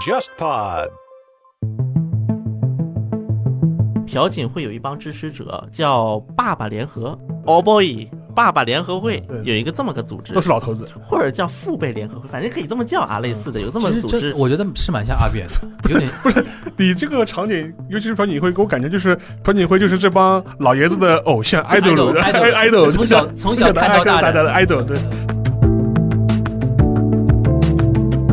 JustPod。朴槿惠有一帮支持者叫“爸爸联合 ”，All Boy 爸爸联合会对有一个这么个组织都，是老头子，或者叫父辈联合会，反正可以这么叫啊，类似的有这么其个实组这织。我觉得是蛮像阿扁的，有点你这个场景，尤其是朴槿惠，给我感觉就是朴槿惠就是这帮老爷子的偶像 idol 的 idol， idol，从小从小看到大大的的 idol，对，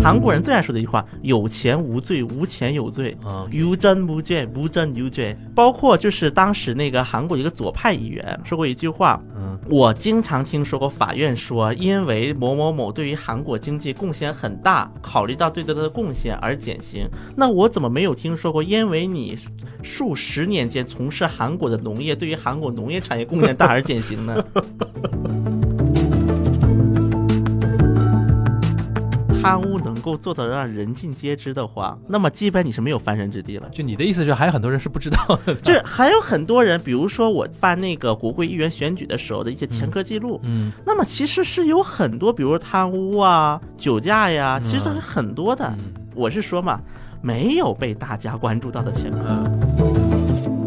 韩国人最爱说的一句话：“有钱无罪，无钱有罪。”嗯，无证无罪，无证无罪。包括就是当时那个韩国一个左派议员说过一句话，嗯，我经常听说过法院说，因为某某某对于韩国经济贡献很大，考虑到对他的贡献而减刑。那我怎么没有听说过，因为你数十年间从事韩国的农业，对于韩国农业产业贡献大而减刑呢？贪污能够做得让人尽皆知的话，那么基本你是没有翻身之地了。就你的意思是还有很多人是不知道的，就是还有很多人，比如说我翻那个国会议员选举的时候的一些前科记录，嗯，那么其实是有很多，比如说贪污啊、酒驾呀，其实都是很多的。嗯我是说嘛，没有被大家关注到的前科。嗯。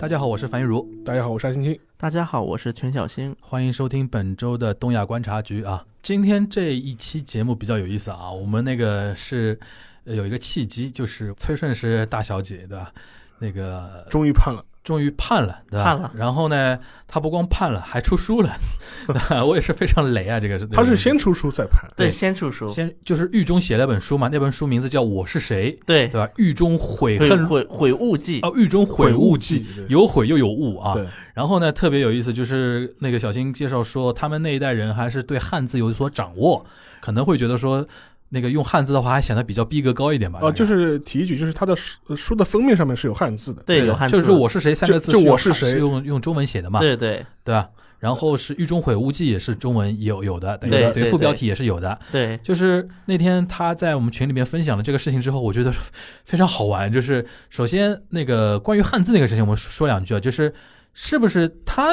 大家好，我是樊玉茹，大家好，我是安青青，大家好，我是全小星。欢迎收听本周的东亚观察局啊。今天这一期节目比较有意思啊，我们那个是呃有一个契机，就是崔顺是大小姐对吧？那个终于判了，终于判了，对吧？判了然后呢，他不光判了，还出书了， 我也是非常雷啊，这个是。他是先出书再判，对，对先出书。先就是狱中写了本书嘛，那本书名字叫《我是谁》，对对，吧？狱中悔悔恨录悔悔悟记。哦，狱中悔悟记，对有悔又有悟啊。对，然后呢，特别有意思，就是那个小新介绍说，他们那一代人还是对汉字有所掌握，可能会觉得说，那个用汉字的话，还显得比较逼格高一点吧。哦，就是是提一句，就是他的书呃书的封面上面是有汉字的，对，有汉字。就是我是谁三个字就用我是谁用用中文写的嘛，对对对吧？然后是狱中悔悟记也是中文有有的，有对的对副标对题也是有的。对就是那天他在我们群里面分享了这个事情之后，我觉得非常好玩。 就是首先那个关于汉字那个事情，我们说两句啊，就是是不是他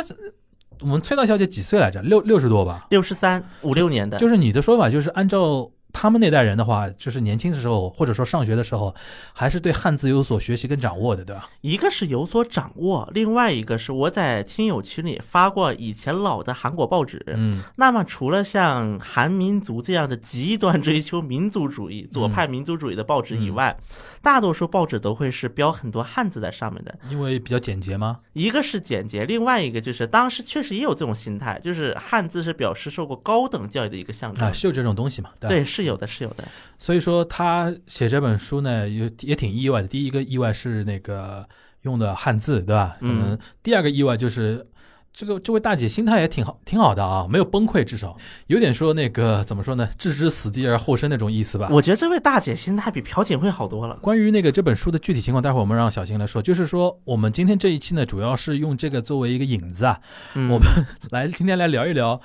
我们崔大小姐几岁来着？六六十多吧？六十三五六年的，就是你的说法，就是按照他们那代人的话，就是年轻的时候或者说上学的时候，还是对汉字有所学习跟掌握的，对吧？一个是有所掌握，另外一个是我在听友群里发过以前老的韩国报纸，嗯，那么，除了像韩民族这样的极端追求民族主义、左派民族主义的报纸以外，嗯大多数报纸都会是标很多汉字在上面的。因为比较简洁嘛。一个是简洁，另外一个就是当时确实也有这种心态，就是汉字是表示受过高等教育的一个象征。啊，是有这种东西嘛，对吧？对，是有的，是有的。所以说他写这本书呢，也也挺意外的。第一个意外是那个用的汉字，对吧？嗯可能第二个意外就是这个这位大姐心态也挺好，挺好的啊，没有崩溃，至少有点说那个怎么说呢，置之死地而后生那种意思吧。我觉得这位大姐心态比朴槿惠好多了。关于那个这本书的具体情况，待会儿我们让小新来说。就是说，我们今天这一期呢，主要是用这个作为一个引子啊，嗯我们来今天来聊一聊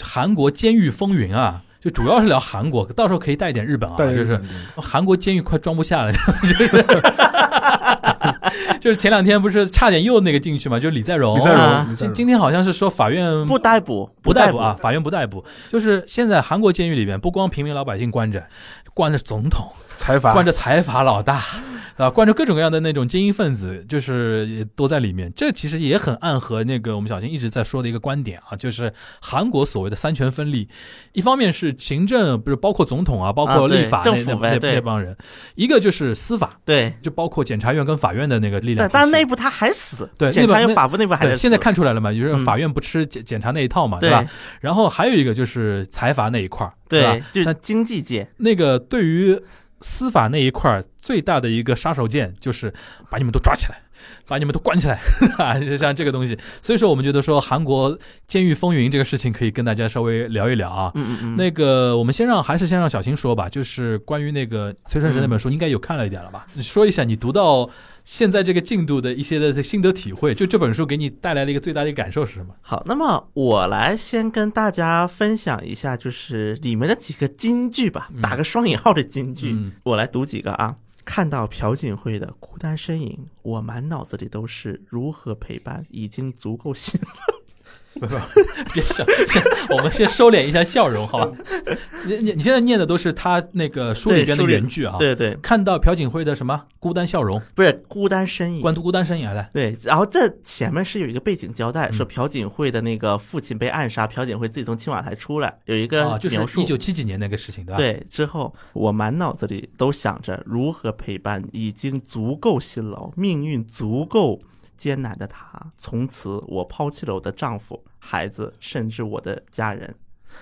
韩国监狱风云啊，就主要是聊韩国，到时候可以带一点日本啊，但就是韩国监狱快装不下了， 就是就是前两天不是差点又那个进去嘛，就是李在镕，李在啊镕，李在今镕今天好像是说法院不逮捕，不逮逮捕啊，法院不逮捕，就是现在韩国监狱里边不光平民老百姓关着，关着总统，财啊阀关着财阀老大。啊，关着各种各样的那种精英分子，就是也都在里面。这其实也很暗合那个我们小新一直在说的一个观点啊，就是韩国所谓的三权分立，一方面是行政，不是包括总统啊，包括啊对立法那、政府呗那那对那帮人；一个就是司法，对，就包括检察院跟法院的那个力但量体系。但内部他还死，对检察内院部内法部内部还在对，死现在看出来了嘛，就是嗯法院不吃检检察那一套嘛，对吧？然后还有一个就是财阀那一块儿，吧对，？就是那经济界，那个对于司法那一块儿最大的一个杀手锏就是把你们都抓起来，把你们都关起来， 啊，就像这个东西。所以说，我们觉得说韩国监狱风云这个事情可以跟大家稍微聊一聊啊。嗯嗯嗯，那个，我们先让还是先让小新说吧，就是关于那个崔顺实那嗯本书，应该有看了一点了吧？你说一下你读到现在这个进度的一些的心得体会，就这本书给你带来了一个最大的感受是什么？好，那么我来先跟大家分享一下，就是里面的几个金句吧，嗯打个双引号的金句，嗯我来读几个啊。看到朴槿惠的孤单身影，我满脑子里都是如何陪伴，已经足够幸福。不不，别笑，先我们先收敛一下笑容，好吧？你你你现在念的都是他那个书里边的原句啊。对对，看到朴槿惠的什么孤单笑容，不是孤单身影。关渡孤单身影来。对，然后这前面是有一个背景交嗯代，说朴槿惠的那个父亲被暗杀，朴槿惠自己从青瓦台出来，有一个啊，就是描述一。九七几年那个事情，对吧？，对，之后我满脑子里都想着如何陪伴已经足够辛劳、命运足够艰难的他。从此，我抛弃了我的丈夫、孩子，甚至我的家人。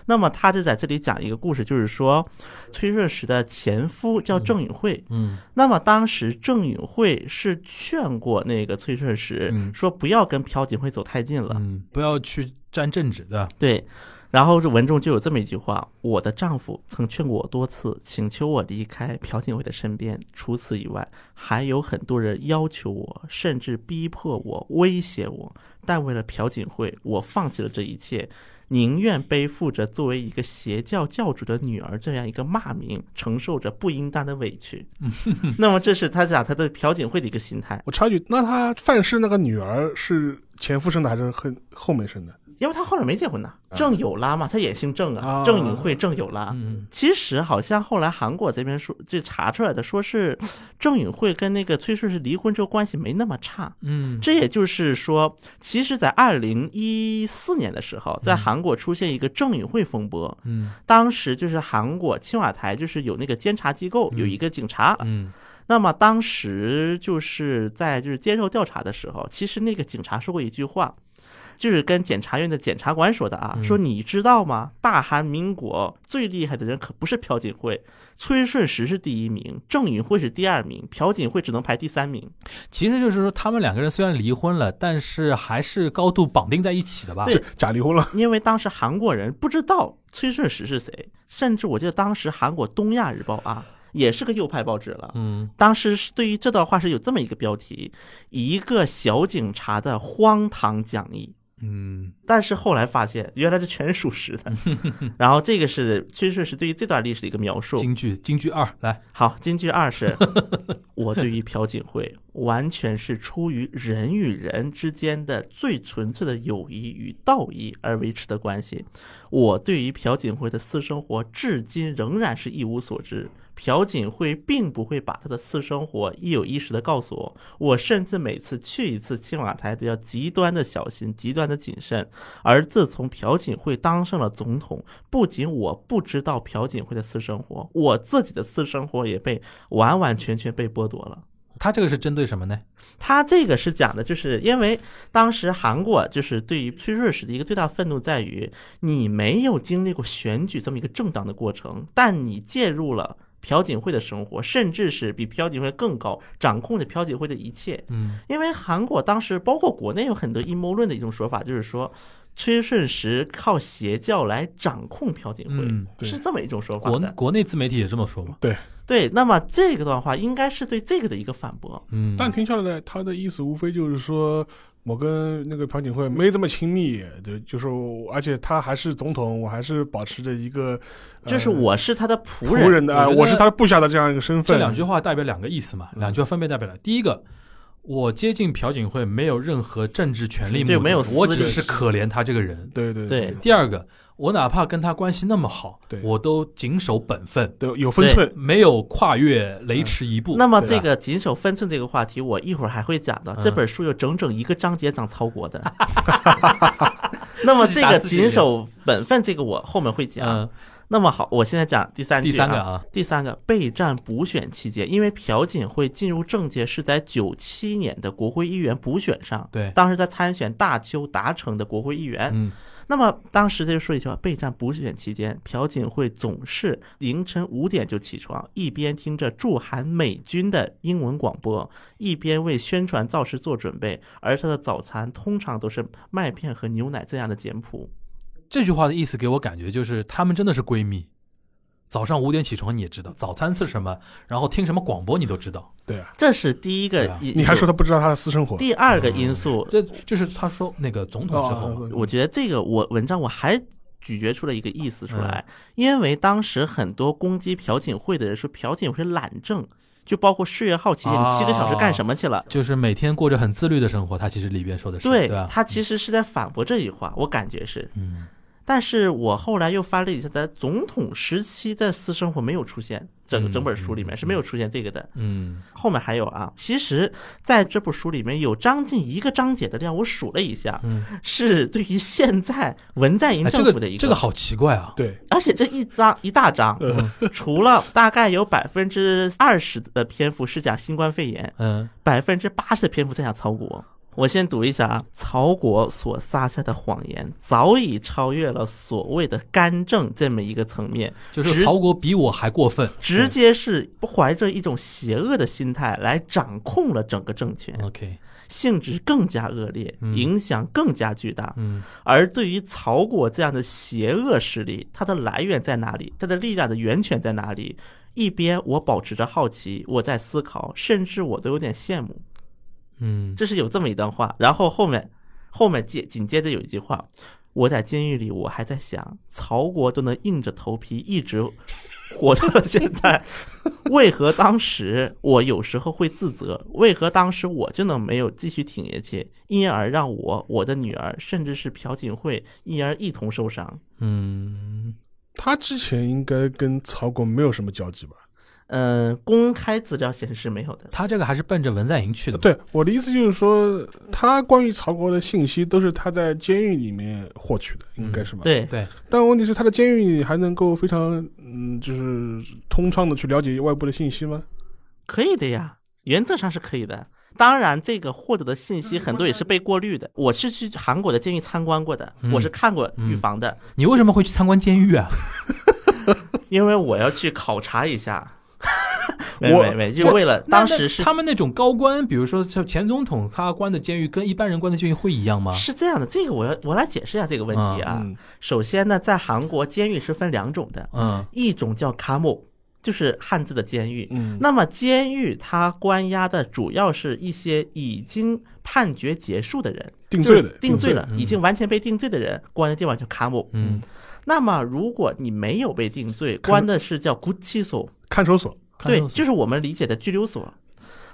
那么，他就在这里讲一个故事，就是说，崔顺实的前夫叫郑允惠。嗯那么当时郑允惠是劝过那个崔顺实，嗯说不要跟朴槿惠走太近了。嗯，不要去沾政治，对吧？对，然后这文中就有这么一句话：我的丈夫曾劝过我多次，请求我离开朴槿惠的身边。除此以外，还有很多人要求我，甚至逼迫我、威胁我。但为了朴槿惠，我放弃了这一切，宁愿背负着作为一个邪教教主的女儿这样一个骂名，承受着不应当的委屈。那么，这是他讲他对朴槿惠的一个心态，我插一句，那他范氏那个女儿是前夫生的还是很后面生的？因为他后来没结婚呐，郑有拉嘛，他也姓郑啊，啊郑允惠、郑有拉。嗯，其实好像后来韩国这边说，就查出来的，说是郑允惠跟那个崔顺实离婚之后关系没那么差。嗯，这也就是说，其实，在二零一四年的时候，在韩国出现一个郑允惠风波。嗯当时就是韩国青瓦台就是有那个监察机构，有一个警察。嗯那么当时就是在就是接受调查的时候，其实那个警察说过一句话，就是跟检察院的检察官说的啊，说你知道吗？大韩民国最厉害的人可不是朴槿惠，崔顺实是第一名，郑允惠是第二名，朴槿惠只能排第三名。其实就是说，他们两个人虽然离婚了，但是还是高度绑定在一起的吧？对假离婚了，因为当时韩国人不知道崔顺实是谁，甚至我记得当时韩国《东亚日报》啊，也是个右派报纸了。嗯当时是对于这段话是有这么一个标题：一个小警察的荒唐讲义。嗯但是后来发现，原来这全是属实的。然后这个是崔顺实对于这段历史的一个描述。京剧京剧二来，好，金句二是， 我对于朴槿惠完全是出于人与人之间的最纯粹的友谊与道义而维持的关系。我对于朴槿惠的私生活至今仍然是一无所知。朴槿惠并不会把她的私生活一有一十的告诉我，我甚至每次去一次青瓦台都要极端的小心、极端的谨慎。而自从朴槿惠当上了总统，不仅我不知道朴槿惠的私生活，我自己的私生活也被完完全全被剥夺了。他这个是针对什么呢？他这个是讲的，就是因为当时韩国就是对于崔顺实的一个最大愤怒在于，你没有经历过选举这么一个正当的过程，但你介入了朴槿惠的生活，甚至是比朴槿惠更高，掌控着朴槿惠的一切。嗯，因为韩国当时包括国内有很多阴谋论的一种说法，就是说崔顺实靠邪教来掌控朴槿惠。嗯，对是这么一种说法国的，国内自媒体也这么说嘛？对。那么这个段话应该是对这个的一个反驳，嗯，但听下来，他的意思无非就是说。我跟那个朴槿惠没这么亲密，对，就是我，而且他还是总统，我还是保持着一个，呃就是我是他的仆仆人的，我哎觉得我是他部下的这样一个身份。这两句话代表两个意思嘛？嗯两句话分别代表了第一个。我接近朴槿惠没有任何政治权利目对的，没有私我只利是可怜他这个人。对对对第二个，我哪怕跟他关系那么好对，我都谨守本分，对，有分寸。没有跨越嗯雷池一步。那么这对吧个谨守分寸这个话题，我一会儿还会讲的。嗯这本书有整整一个章节讲曹国 的。那么这个谨守本分，这个我后面会讲。嗯，那么好，我现在讲第三句、啊。第三个啊，第三个备战补选期间，因为朴槿惠进入政界是在九七年的国会议员补选上，对当时在参选大邱达成的国会议员。嗯那么当时这就说一句话：备战补选期间，朴槿惠总是凌晨五点就起床，一边听着驻韩美军的英文广播，一边为宣传造势做准备，而她的早餐通常都是麦片和牛奶这样的简朴。这句话的意思给我感觉就是，她们真的是闺蜜。早上五点起床你也知道，早餐吃什么，然后听什么广播你都知道。对啊，这是第一个对啊因素，你还说他不知道他的私生活？第二个因素这就是她说那个总统之后嘛，哦我觉得这个我文章我还咀嚼出了一个意思出来，因为当时很多攻击朴槿惠的人说朴槿惠懒政，就包括世越号期间，你七个小时干什么去了？就是每天过着很自律的生活，他其实里边说的是对对啊吧？他其实是在反驳这句话，我感觉是。嗯，但是我后来又翻了一下，在总统时期的私生活没有出现，整嗯整本书里面是没有出现这个的。嗯后面还有啊，其实在这部书里面有将近一个章节的量，我数了一下，嗯，是对于现在文在寅哎，这政府的个一这个好奇怪啊，对，呃而且这一章一大章，嗯呃除了大概有百分之二十的篇幅是讲新冠肺炎，嗯，百分之八十的篇幅在讲曹国。我先读一下啊，曹国所撒下的谎言早已超越了所谓的干政这么一个层面，就是直曹国比我还过分，直接是怀着一种邪恶的心态来掌控了整个政权， OK，性质更加恶劣，嗯影响更加巨大。嗯而对于曹国这样的邪恶势力，它的来源在哪里？它的力量的源泉在哪里？一边我保持着好奇，我在思考，甚至我都有点羡慕。嗯这是有这么一段话，然后后面后面接紧接着有一句话，我在监狱里，我还在想，曹国都能硬着头皮一直活到了现在，为何当时我有时候会自责？为何当时我就能没有继续挺下去，因而让我、我的女儿，甚至是朴槿惠，因而一同受伤？嗯，他之前应该跟曹国没有什么交集吧？嗯、公开资料显示没有的。他这个还是奔着文在寅去的嘛，对，我的意思就是说，他关于曹国的信息都是他在监狱里面获取的，应嗯该是吧？。对，对，但问题是，他的监狱里还能够非常嗯，就是通畅的去了解外部的信息吗？可以的呀，原则上是可以的。当然，这个获得的信息很多也是被过滤的。我是去韩国的监狱参观过的，嗯我是看过预防的，你为什么会去参观监狱啊？ 因为我要去考察一下。没我没没，就这为了那当那时是他们那种高官，比如说像前总统他关的监狱，跟一般人关的监狱会一样吗？是这样的，这个我要我来解释一下这个问题啊。啊嗯首先呢，在韩国监狱是分两种的，嗯一种叫卡姆，就是汉字的监狱。嗯，那么监狱它关押的主要是一些已经判决结束的人，定就是罪的定罪了，嗯已经完全被定罪的人，关的地方叫卡姆。嗯，那么如果你没有被定罪，关的是叫 g u c h i s o 看守所，看对，守所就是我们理解的拘留所。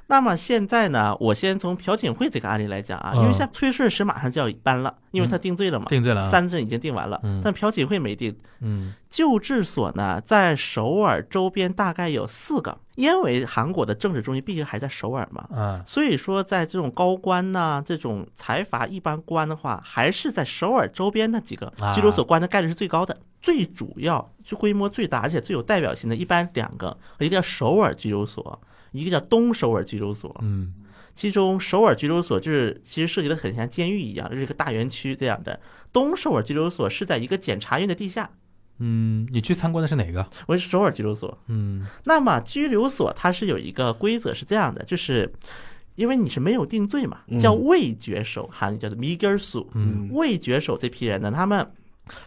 那么现在呢，我先从朴槿惠这个案例来讲啊，因为嗯像崔顺实马上就要搬了，因为他定罪了嘛，定罪了啊，三审已经定完了嗯，但朴槿惠没定。嗯救治所呢，在首尔周边大概有四个，因为韩国的政治中心毕竟还在首尔嘛，啊所以说，在这种高官呐、这种财阀一般官的话，还是在首尔周边那几个啊拘留所关的概率是最高的，最主要、最规模最大，而且最有代表性的，一般两个，一个叫首尔拘留所，一个叫东首尔拘留所。嗯其中，首尔拘留所就是其实设计的很像监狱一样，就是一个大园区这样的。东首尔拘留所是在一个检察院的地下，嗯，你去参观的是哪个？我是首尔拘留所。嗯那么拘留所它是有一个规则是这样的，就是因为你是没有定罪嘛，叫未决手，韩语叫做 m i g e r s u 嗯未决手这批人呢，他们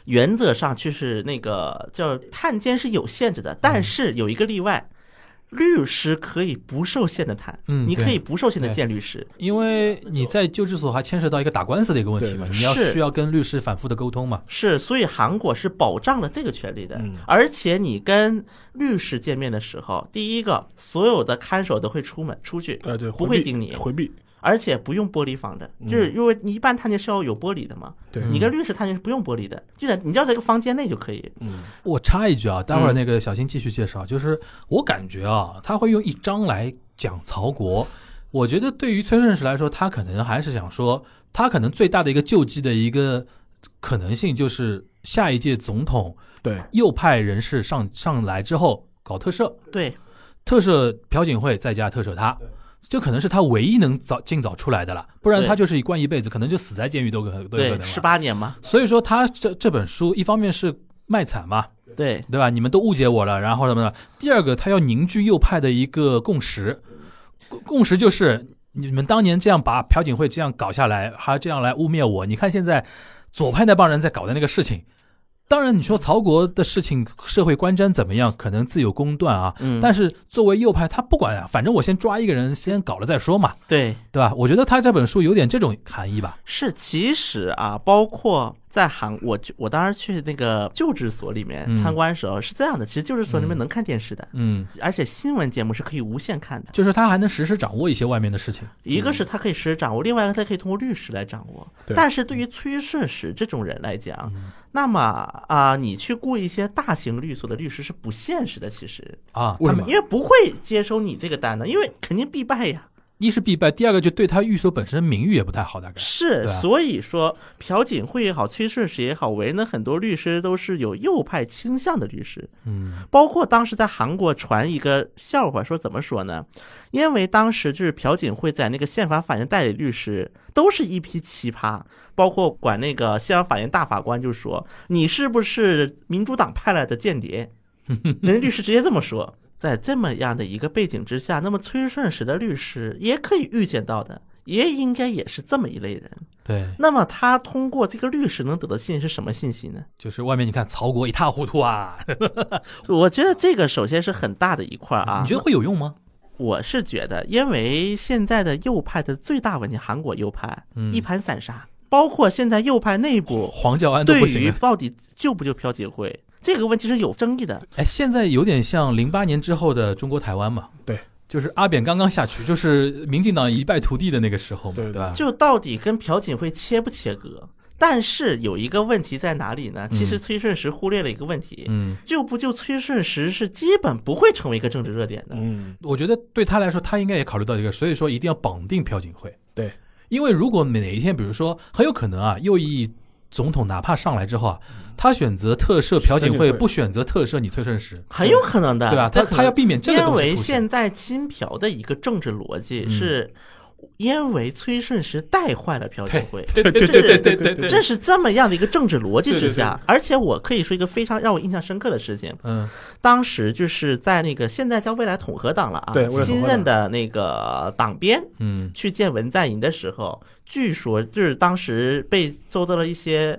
原则上就是那个叫探监是有限嗯制的，但是有一个例外。律师可以不受限的探，嗯你可对以不受限的对见律师，因为你在救治所还牵涉到一个打官司的一个问题嘛，对你要是需要跟律师反复的沟通嘛。是，所以韩国是保障了这个权利的嗯。而且你跟律师见面的时候，第一个，所有的看守都会出门出去，呃，对，不回会避盯你，回避，而且不用玻璃防的，就是因为你一般探监是要有玻璃的嘛，对，嗯你跟律师探监是不用玻璃的，就在你只要在一个房间内就可以。嗯我插一句啊，待会儿那个小新继续介绍。就是我感觉啊，他会用一章来讲曹国。我觉得对于崔顺实来说，他可能还是想说，他可能最大的一个救济的一个可能性就是下一届总统对，右派人士上上来之后搞特赦，对，特赦朴槿惠再加特赦他，这可能是他唯一能早尽早出来的了，不然对他就是一关一辈子，可能就死在监狱都可都有可对，能十了。八年嘛，所以说他这这本书一方面是卖惨嘛，对，对吧？你们都误解我了，然后什么呢？第二个，他要凝聚右派的一个共识，共共识就是你们当年这样把朴槿惠这样搞下来，还这样来污蔑我。你看现在左派那帮人在搞的那个事情，当然你说曹国的事情，社会观瞻怎么样，可能自有公断啊。嗯，但是是作为右派，他不管啊，反正我先抓一个人，先搞了再说嘛，对对吧？我觉得他这本书有点这种含义吧。是，其实啊，包括在韩，我就我当时去那个救治所里面嗯参观的时候是这样的，其实救治所里面能看电视的，嗯，而且新闻节目是可以无限看的。就是他还能实时掌握一些外面的事情。一个是他可以实时掌握，另外一个他可以通过律师来掌握。对但是对于崔顺实这种人来讲，那么啊、你去雇一些大型律所的律师是不现实的，其实啊，为他什们么因为不会接收你这个单的，因为肯定必败呀。一是必败，第二个就对他寓所本身名誉也不太好，大概是，对啊所以说朴槿惠也好，崔顺实也好，为人的很多律师都是有右派倾向的律师，嗯包括当时在韩国传一个笑话，说怎么说呢？因为当时就是朴槿惠在那个宪法法院代理律师，都是一批奇葩，包括管那个宪法法院大法官就说你是不是民主党派来的间谍？人家律师直接这么说。在这么样的一个背景之下，那么崔顺实的律师也可以预见到的，也应该也是这么一类人。对，那么他通过这个律师能得到信息是什么信息呢？就是外面你看曹国一塌糊涂啊，我觉得这个首先是很大的一块儿啊。你觉得会有用吗？我是觉得，因为现在的右派的最大问题，韩国右派、嗯一盘散沙，包括现在右派内部黄教安都对不行啊于了。到底救不救朴槿惠这个问题是有争议的。哎，现在有点像零八年之后的中国台湾嘛。对，就是阿扁刚刚下去，就是民进党一败涂地的那个时候嘛，对对吧？就到底跟朴槿惠切不切割？但是有一个问题在哪里呢？其实崔顺实忽略了一个问题，嗯，救不救崔顺实是基本不会成为一个政治热点的。嗯，我觉得对他来说，他应该也考虑到一个，所以说一定要绑定朴槿惠。对，因为如果哪一天，比如说很有可能啊，右翼总统哪怕上来之后啊，嗯他选择特赦朴槿朴槿惠惠，不选择特赦你崔顺实，很有可能的，对吧？这他可能他要避免这个因东西为出现现在亲朴的一个政治逻辑嗯是，因为崔顺实带坏了朴槿惠。对对这对是对对对对，这是这么样的一个政治逻辑之下，而且我可以说一个非常让我印象深刻的事情。嗯当时就是在那个现在叫未来统合党了啊对未，来统合新党任的那个党鞭嗯去见文在寅的时候，据说就是当时被受到了一些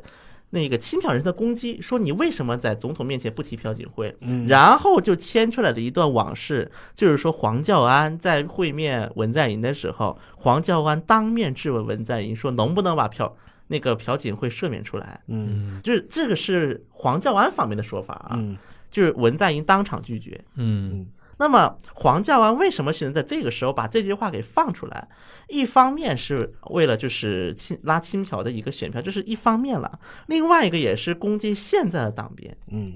那个亲朴人的攻击，说你为什么在总统面前不提朴槿惠？嗯然后就牵出来了一段往事，就是说黄教安在会面文在寅的时候，黄教安当面质问文在寅说能不能把朴那个朴槿惠赦免出来，嗯嗯就是这个是黄教安方面的说法啊，嗯就是文在寅当场拒绝。嗯那么黄教安为什么选择在这个时候把这句话给放出来？一方面是为了就是亲拉亲朴的一个选票，这是一方面了；另外一个也是攻击现在的党鞭，嗯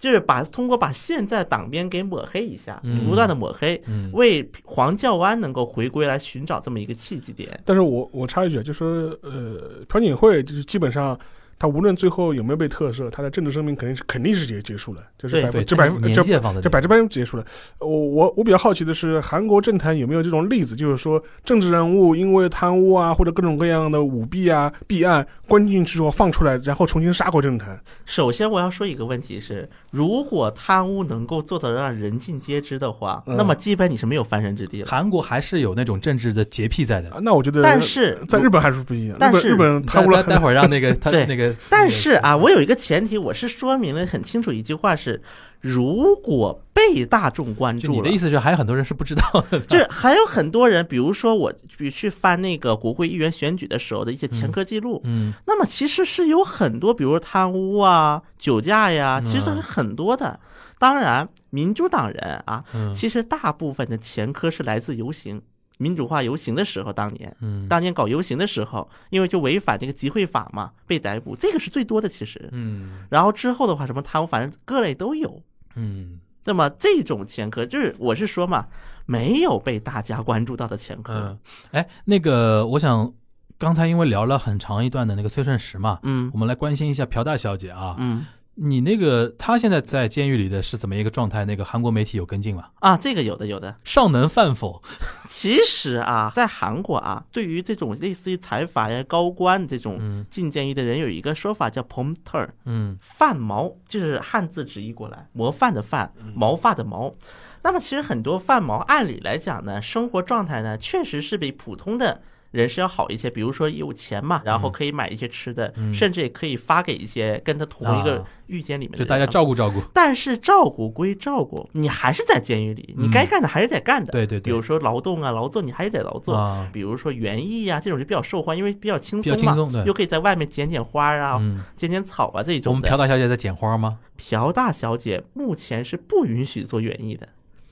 就是把通过把现在党鞭给抹黑一下，嗯不断的抹黑，嗯为黄教安能够回归来寻找这么一个契机点。但是我我插一句啊，就说呃，朴槿惠就是基本上，她无论最后有没有被特赦，她的政治生命肯定是肯定是结结束了，就是对百对，分之百分年这界放的这百之百结束了。我我我比较好奇的是，韩国政坛有没有这种例子，就是说政治人物因为贪污啊，或者各种各样的舞弊啊、弊案，关进去之后放出来，然后重新杀过政坛。首先，我要说一个问题是，如果贪污能够做到让人尽皆知的话，嗯那么基本你是没有翻身之地了。韩国还是有那种政治的洁癖在的。啊那我觉得，但是在日本还是不一样。但日本是日本贪污了待待待会儿，儿让那个 他对那个，但是啊，我有一个前提，我是说明了很清楚一句话是：如果被大众关就你注的了意，思是还有很多人是不知道的，就是还有很多人，比如说我去去翻那个国会议员选举的时候的一些前科记录，嗯那么其实是有很多，比如贪污啊、酒驾呀，嗯其实都是很多的。当然，民主党人啊，嗯其实大部分的前科是来自游行、民主化游行的时候，当年。嗯当年搞游行的时候，因为就违反这个集会法嘛，被逮捕，这个是最多的。其实，嗯然后之后的话，什么贪污，反正各类都有。嗯那么这种前科，就是我是说嘛，没有被大家关注到的前科嗯，，哎，那个我想刚才因为聊了很长一段的那个崔顺实嘛，嗯我们来关心一下朴大小姐啊，嗯你那个她现在在监狱里的是怎么一个状态？那个韩国媒体有跟进吗？啊，这个有的有的。尚能饭否？其实啊，在韩国啊，对于这种类似于财阀呀、高官这种嗯进监狱的人，有一个说法叫 “pomter”，嗯范毛就是汉字直译过来，模范的范，嗯毛发的毛。那么其实很多范毛，按理来讲呢，生活状态呢，确实是比普通的人是要好一些，比如说有钱嘛，然后可以买一些吃的，嗯甚至也可以发给一些跟他同一个啊狱监里面的就人，大家照顾照顾。但是照顾归照顾，你还是在监狱里，你嗯该干的还是得干的。对对比对，如说劳动啊、劳作，你还是得劳作。啊，比如说园艺啊呀、这种就比较受欢迎，因为比较轻比较松轻嘛，松，对又。可以在外面剪剪花啊、嗯，剪剪草啊这我种们朴的。大小姐在剪花吗？朴大小姐目前是不允许做园艺的，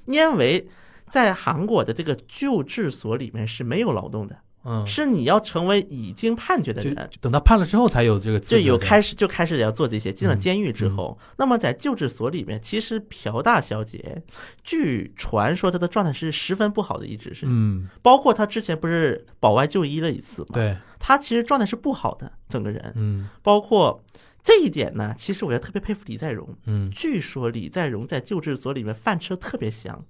因为在韩国的这个救治所里面是没有劳动的，嗯，是你要成为已经判决的就人，就等他判了之后才有这个资就格有的开始就开始要做这些。进了嗯监狱之后，那么在救治所里面，其实朴大小姐，据传说她的状态是十分不好的，一直是，嗯，包括她之前不是保外就医了一次嘛，对，她其实状态是不好的，整个人，嗯包括这一点呢，其实我也特别佩服李在镕。嗯，据说李在镕在救治所里面饭吃得特别 香。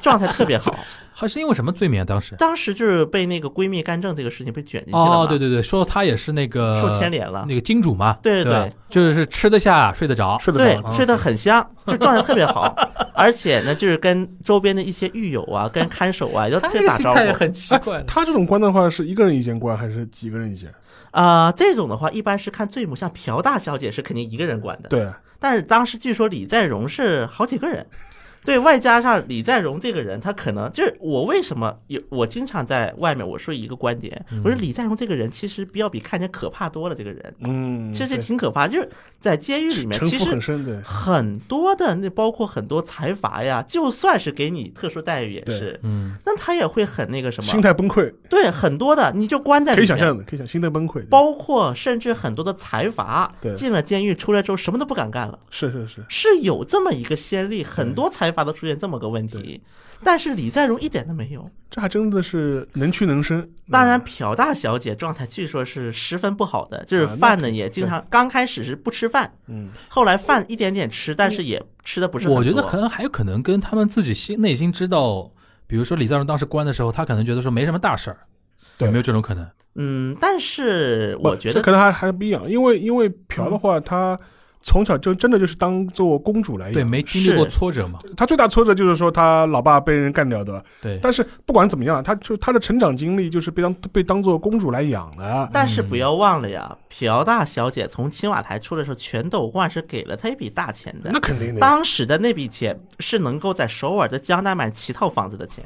状态特别好，还是因为什么罪名啊？当时当时就是被那个闺蜜干政这个事情被卷进去了嘛，哦，对对对，说他也是那个受牵连了那个金主嘛，对对对吧对，就是吃得下，睡得着，睡得对着，，睡得很 香，就状态特别好，而且呢，就是跟周边的一些狱友 啊、跟看守啊，也都特别打招呼很奇怪他这种关的话是一个人一间关还是几个人一间？啊、这种的话，一般是看罪母，像朴大小姐是肯定一个人管的，对，但是当时据说李在镕是好几个 人，对外加上李在镕这个人，他可能就是我为什么有我经常在外面我说一个观点，嗯我说李在镕这个人其实比较比看起来可怕多了，这个人嗯，其实对挺可怕，就是在监狱里面城其府实很。深，对，很多的那包括很多财阀呀，就算是给你特殊待遇也是，嗯，那他也会很那个什心么，态崩溃，对，很多的你就关在可里以想面，象的，可以想心态崩溃，对包括甚至很多的财阀对进了监狱出来之后什么都不敢干了，是是是，是有这么一个先例，很多财阀都出现这么个问题，但是李在镕一点都没有。这还真的是能屈能伸。当然，嗯，朴大小姐状态据说是十分不好的，就是啊那饭呢也经常刚开始是不吃饭，嗯，后来饭一点点吃，但是也吃的不是很多。我觉得可能还有可能跟他们自己心内心知道，比如说李在镕当时关的时候，他可能觉得说没什么大事儿，对有没有这种可能？嗯，但是不我觉这得嗯可能还还不一样，因为因为朴的话，他从小就真的就是当做公主来养。对，没经历是过挫折嘛，他最大挫折就是说他老爸被人干掉的，对，但是不管怎么样，他就他的成长经历就是被当被当做公主来养的。但是不要忘了呀，朴大小姐从青瓦台出来的时候，全斗焕是给了她一笔大钱的那。肯定的，当时的那笔钱是能够在首尔的江南买七套房子的钱，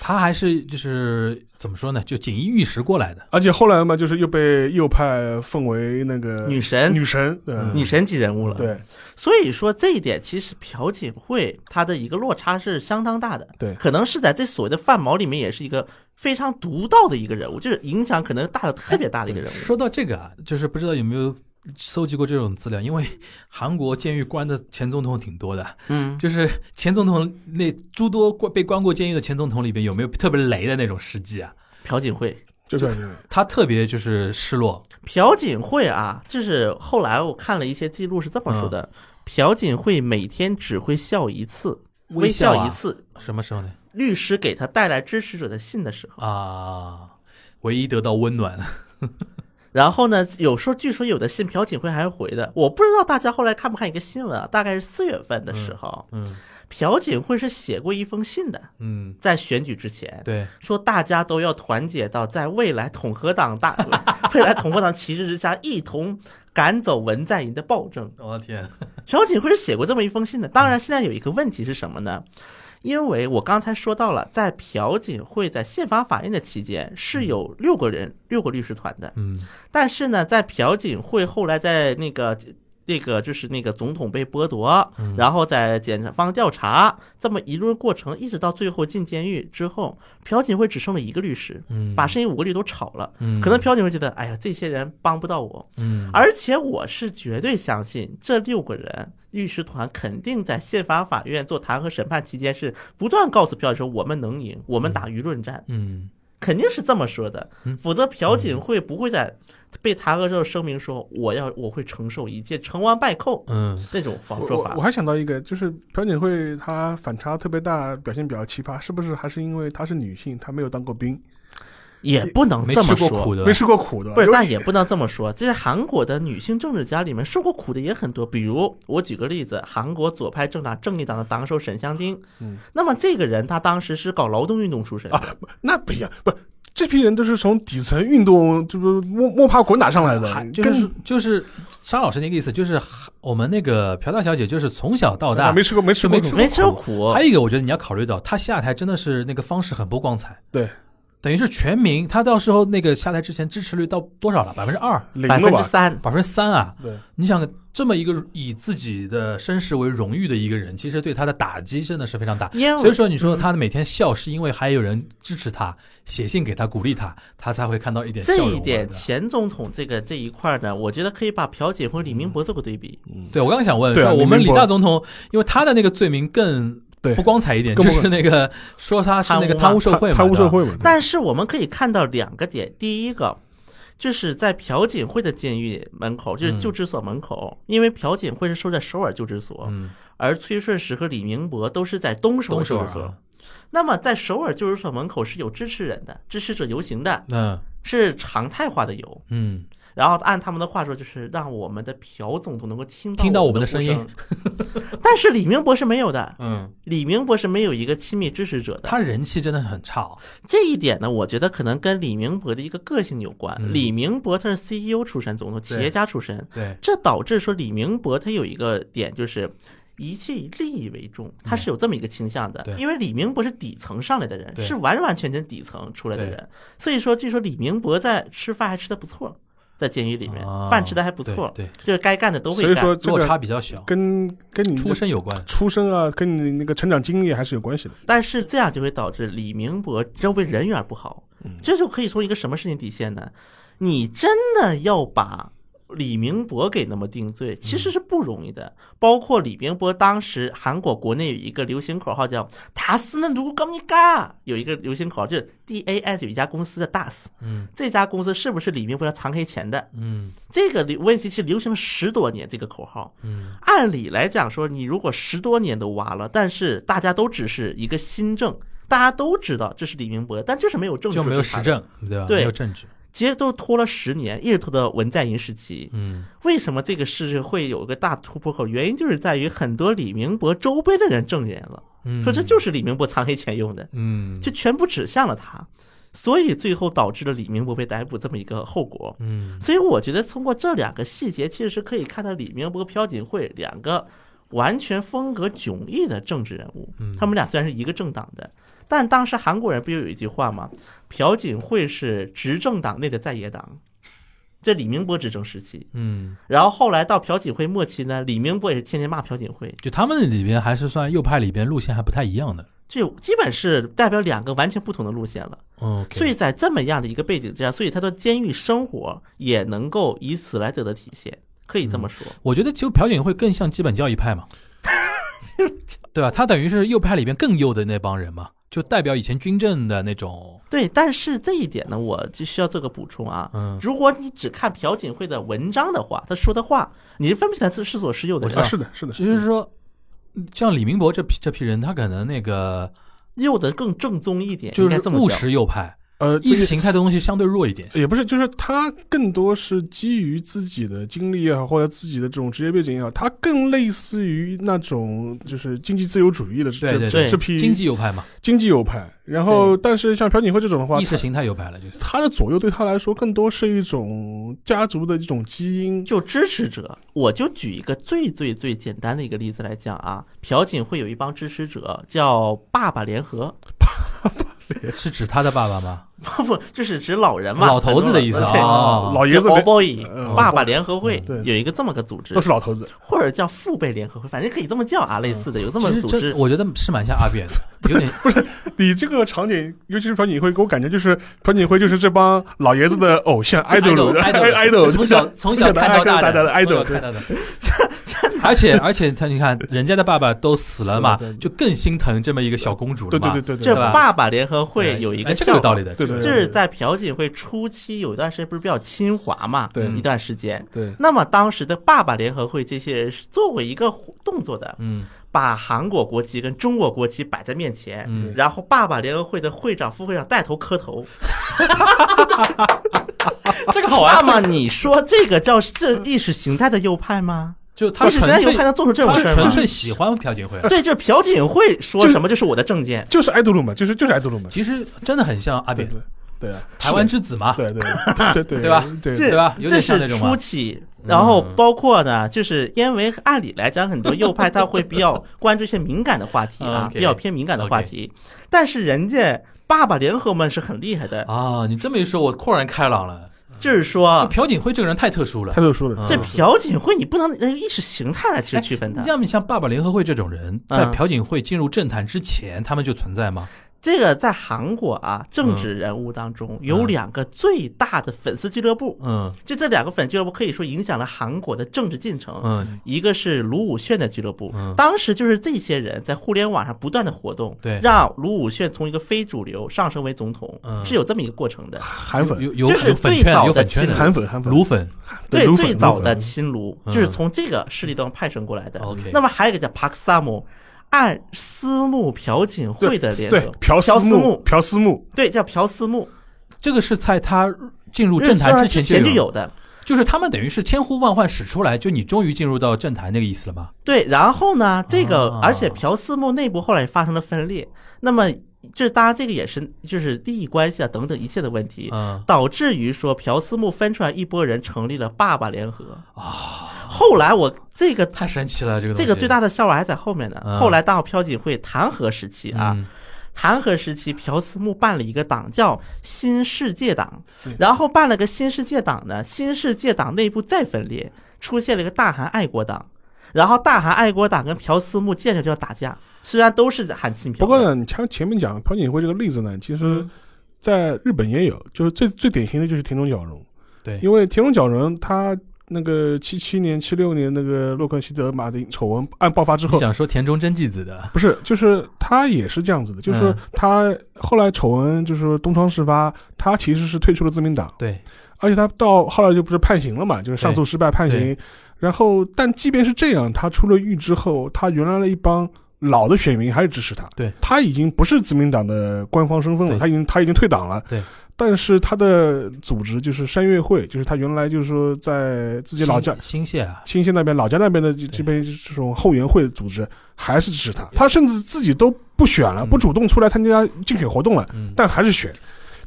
他还是就是怎么说呢，就锦衣玉食过来的，而且后来嘛，就是又被右派奉为那个女神女神，嗯女神级人物了。，对所以说这一点其实朴槿惠她的一个落差是相当大的。对可能是在这所谓的范毛里面，也是一个非常独到的一个人物，就是影响可能大的特别大的一个人物。说到这个啊，就是不知道有没有搜集过这种资料，因为韩国监狱关的前总统挺多的，嗯，就是前总统那诸多关被关过监狱的前总统里边，有没有特别雷的那种事迹啊？朴槿惠，就是他特别就是失落，朴槿惠啊，就是后来我看了一些记录是这么说嗯的：朴槿惠每天只会笑一次，微笑笑啊一次。什么时候呢？律师给她带来支持者的信的时候，啊，唯一得到温暖。然后呢，有时候据说有的信朴槿惠还回的，我不知道大家后来看不看一个新闻啊，大概是四月份的时候，嗯朴槿惠是写过一封信的，嗯，在选举之前， 对，说大家都要团结到在未来统合党大 未来统合党旗帜之下，一同赶走文在寅的暴政。我的天，朴槿惠是写过这么一封信的。当然，现在有一个问题是什么呢？因为我刚才说到了，在朴槿惠在宪法法院的期间是有六个人、六个律师团的，嗯但是呢，在朴槿惠后来在那个。那个就是那个总统被剥夺，嗯然后在检方调查这么一路过程，一直到最后进监狱之后，朴槿惠只剩了一个律师，嗯，把剩下五个律都炒了。嗯可能朴槿惠觉得，哎呀，这些人帮不到我，嗯而且我是绝对相信这六个人律师团肯定在宪法法院做弹劾审判期间是不断告诉朴槿惠说我们能赢，我们打舆论战，嗯肯定是这么说的嗯，否则朴槿惠不会在被弹劾之后声明说我要我会承受一切成王败寇嗯那种方我说我法我。还想到一个，就是朴槿惠她反差特别大，表现比较奇葩，是不是还是因为她是女性，她没有当过兵，也不能没这吃么过苦说。的，没吃过苦的？不是，有但也不能这么说。这些韩国的女性政治家里面受过苦的也很多，比如我举个例子，韩国左派政党正义党的党首沈香丁，嗯那么这个人他当时是搞劳动运动出身，啊，那不一样，不是这批人都是从底层运动，这不摸摸爬滚打上来的还，就跟是就是沙老师那个意思，就是我们那个朴大小姐就是从小到大没吃过没吃就过没苦，过没吃过苦，还有一个，我觉得你要考虑到，他下台真的是那个方式很不光彩。对，等于是全民，他到时候那个下台之前支持率到多少了？百分之二、零百了分之吧？三，百分之三啊！对，你想，这么一个以自己的身世为荣誉的一个人，其实对他的打击真的是非常大。嗯因为所以说，你说他每天笑，是因为还有人支持他，写信给他鼓励他，他才会看到一点笑这容啊。一点，对吧前总统这个这一块呢，我觉得可以把朴槿惠、李明博做个对比。对我刚刚想问，对啊说我李们明李博大总统，因为他的那个罪名更对不，光彩一点，更就不光是那个说他是那个贪贪污污受贿嘛，贪污对吧受贿嘛。但是我们可以看到两个点，第一个就是在朴槿惠的监狱门口，就是嗯救治所门口，因为朴槿惠是收在首尔救治所，嗯，而崔顺实和李明博都是在东首都尔是救治啊所。那么在首尔救治所门口是有支持人的，支持者游行的，嗯是常态化的游。嗯，然后按他们的话说，就是让我们的朴总统能够听到听到我我们们的的呼声音。但是李明博是没有的，嗯，李明博是没有一个亲密支持者的。他人气真的很差哦。这一点呢，我觉得可能跟李明博的一个个性有关。嗯李明博他是 CEO 出身，总统企业家出身，对，这导致说李明博他有一个点就是。一切以利益为重，他是有这么一个倾向的。嗯对因为李明博是底层上来的人，对是完完全全底层出来的人，所以说据说李明博在吃饭还吃的不错，在监狱里面、啊饭吃的还不错，对，对就是该干的都会所干。以说这落个差比较小，跟跟你的出身有关。出身啊，跟你那个成长经历还是有关系的。但是这样就会导致李明博周围人缘不好，这就可以从一个什么事情底线呢？你真的要把李明博给那么定罪，其实是不容易的。包括李明博当时韩国国内有一个流行口号叫“达斯嫩卢高尼嘎”，有一个流行口号就是 DAS 有一家公司的 DAS，嗯这家公司是不是李明博要藏黑钱的？嗯这个流问题是流行了十多年这个口号，嗯，按理来讲说，你如果十多年都挖了，但是大家都只是一个新政，大家都知道这是李明博，但就是没有证据，就没有实，证，对吧？对没有证据。结都拖了十年，一直拖到文在寅时期。嗯，为什么这个事会有个大突破口？原因就是在于很多李明博周边的人证言了，嗯说这就是李明博藏黑钱用的，嗯就全部指向了他，所以最后导致了李明博被逮捕这么一个后果。嗯所以我觉得通过这两个细节，其实是可以看到李明博、朴槿惠两个完全风格迥异的政治人物。嗯他们俩虽然是一个政党的，但当时韩国人不就有一句话吗？朴槿惠是执政党内的在野党。这李明博执政时期，嗯，然后后来到朴槿惠末期呢，李明博也是天天骂朴槿惠，就他们里边还是算右派里边路线还不太一样的。就基本是代表两个完全不同的路线了。嗯，所以在这么样的一个背景之下，所以他的监狱生活也能够以此来得到体现，可以这么说。我觉得其实朴槿惠更像基本教义派嘛，对吧？他等于是右派里边更右的那帮人嘛，就代表以前军政的那种。对，但是这一点呢，我就需要做个补充啊。嗯，如果你只看朴槿惠的文章的话，她说的话，你是分不出来是是左是右的我知人啊，的。是道的，是的，只是说，像李明博这批这批人，他可能那个右的更正宗一点，就应是该这么务讲。实右派，呃，意识形态的东西相对弱一点。也不是，就是他更多是基于自己的经历也好，或者自己的这种职业背景也好，他更类似于那种就是经济自由主义的这对对对这批经济右派嘛，经济右派。然后，但是像朴槿惠这种的话意，识形态右派 了，就是。他的左右对他来说更多是一种家族的一种基因。就支持者，我就举一个最最最简单的一个例子来讲啊，朴槿惠有一帮支持者叫“爸爸联合 是指他的爸爸吗？”，不就是指老人嘛，老头子的意思很多人啊老爷子对，就 boy 嗯呃爸爸联合会嗯对有一个这么个组织都，是老头子，或者叫父辈联合会，反正可以这么叫啊，类似的有这么个其实组这织。我觉得是蛮像阿扁的，有点你这个场景，尤其是朴槿惠，给我感觉就是朴槿惠就是这帮老爷子的偶像 idol 的 idol，从小从小看到大的的 idol idol，看到的。而且而且他你看，人家的爸爸都死了嘛死了对，就更心疼这么一个小公主了对嘛对对对对，这对吧爸爸联合会对有一哎个这个有效道果理的，对这个对就是在朴槿惠初期有一段时间不是比较侵华嘛，对一段时间。对那么当时的爸爸联合会这些人是做过一个动作的，嗯把韩国国旗跟中国国旗摆在面前，嗯然后爸爸联合会的会长、副会长带头磕头。 这个好那玩，么你说这个叫是意识形态的右派吗？就他意识纯形态粹右派能做出这种他事儿纯吗？粹喜欢朴槿惠。对，就是朴槿惠说什么就是我的政见。就是 idol 嘛，就是就是 idol 嘛，其实真的很像阿对扁，对，对啊，台湾之子嘛，对对对对对对吧？对这对吧有这点像是那种嘛啊嗯初期，然后包括呢，就是因为按理来讲，很多右派他会比较关注一些敏感的话题啊， OK，比较偏敏感的话题，但是人家爸爸联合们是很厉害的，啊，你这么一说，我豁然开朗了。就是就说朴槿惠这个人太特殊了太，特殊了。嗯哎这朴槿惠你不能那个意识形态来其实区分它你，像你像爸爸联合会这种人，在嗯朴槿惠进入政坛之前，他们就存在吗？这个在韩国啊，政治人物当中有两个最大的粉丝俱乐部，嗯就这两个粉丝俱乐部可以说影响了韩国的政治进程。嗯，一个是卢武铉的俱乐部嗯，当时就是这些人在互联网上不断的活动，对让卢武铉从一个非主流上升为总统嗯，啊是有这么一个过程的。韩粉，有有这是有粉最圈啊早有的粉圈亲的韩粉，韩粉，卢粉对对，卢粉最早的卢粉亲卢嗯就是从这个势力当中派生过来的。 OK 那么还有一个叫帕克萨姆，按私募朴槿惠的联对合，朴思思木，，朴思木，对，叫朴思木，这个是在他进入政坛之啊之前就就有，有的。就是他们等于是千呼万唤始出来，就你终于进入到政坛那个意思了吗？对，然后呢，这个、啊而且朴四木内部后来也发生了分裂，那么这当然这个也是就是利益关系啊等等一切的问题，嗯导致于说朴四木分出来一拨人成立了爸爸联合啊。后来我这个太神奇了，这个东这西个最大的笑话还在后面呢。嗯后来到朴槿惠弹劾时期啊，嗯弹劾时期，朴思木办了一个党叫新世界党，然后办了个新世界党呢，新世界党内部再分裂，出现了一个大韩爱国党，然后大韩爱国党跟朴思木见着就要打架，虽然都是喊亲朴的，不过呢，你前前面讲朴槿惠这个例子呢，其实嗯，在日本也有，就是最最典型的就是田中角荣，对，因为田中角荣他那个七七年、七六年那个洛克希德马丁丑闻案爆发之你后，想说田中真纪子的，不是，就是他也是这样子的，就是说嗯他后来丑闻就是东窗事发，他其实是退出了自民党，对，而且他到后来就不是判刑了嘛，就是上诉失败判对刑。然后，但即便是这样，他出了狱之后，他原来的一帮老的选民还是支持他。对，他已经不是自民党的官方身份了，对他已经他已经退党了。对。但是他的组织就是山岳会，就是他原来就是说在自己老家新谢啊，新县那边、老家那边的这这边这种后援会组织，还是支持他。他甚至自己都不选了，嗯不主动出来参加竞选活动了。嗯，但还是选。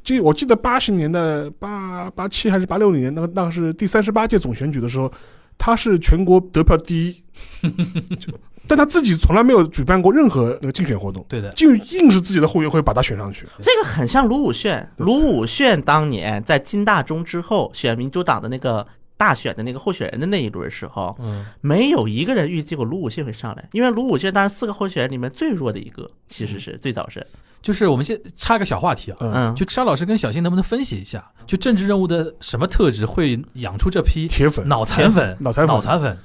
这我记得八十年代八八七还是八六年，那个那个是第三十八届总选举的时候，他是全国得票第 一，就但他自己从来没有举办过任何那个竞选活动，对的，就硬是自己的后援会把他选上去。这个很像卢武铉，对卢武铉当年在金大中之后选民主党的那个。大选的那个候选人的那一轮时候，嗯，没有一个人预计过卢武铉会上来，因为卢武铉当时四个候选人里面最弱的一个，其实是最早是，就是我们先插个小话题啊，嗯，嗯，嗯就沙老师跟小新能不能分析一下，就政治任务的什么特质会养出这批铁粉脑残粉、脑残粉脑残粉？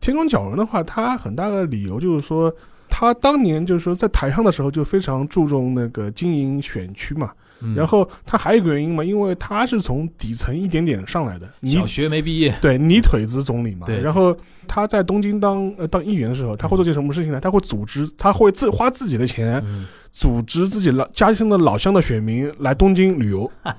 田中角荣的话，他很大的理由就是说，他当年就是说在台上的时候就非常注重那个经营选区嘛，嗯然后他还有一个原因嘛，因为他是从底层一点点上来的，你小学没毕业， 对泥腿子总理嘛，对然后他在东京当呃当议员的时候，他会做些什么事情呢？他会组织，他会自花自己的钱嗯组织自己老家乡的老乡的选民来东京旅游，啊，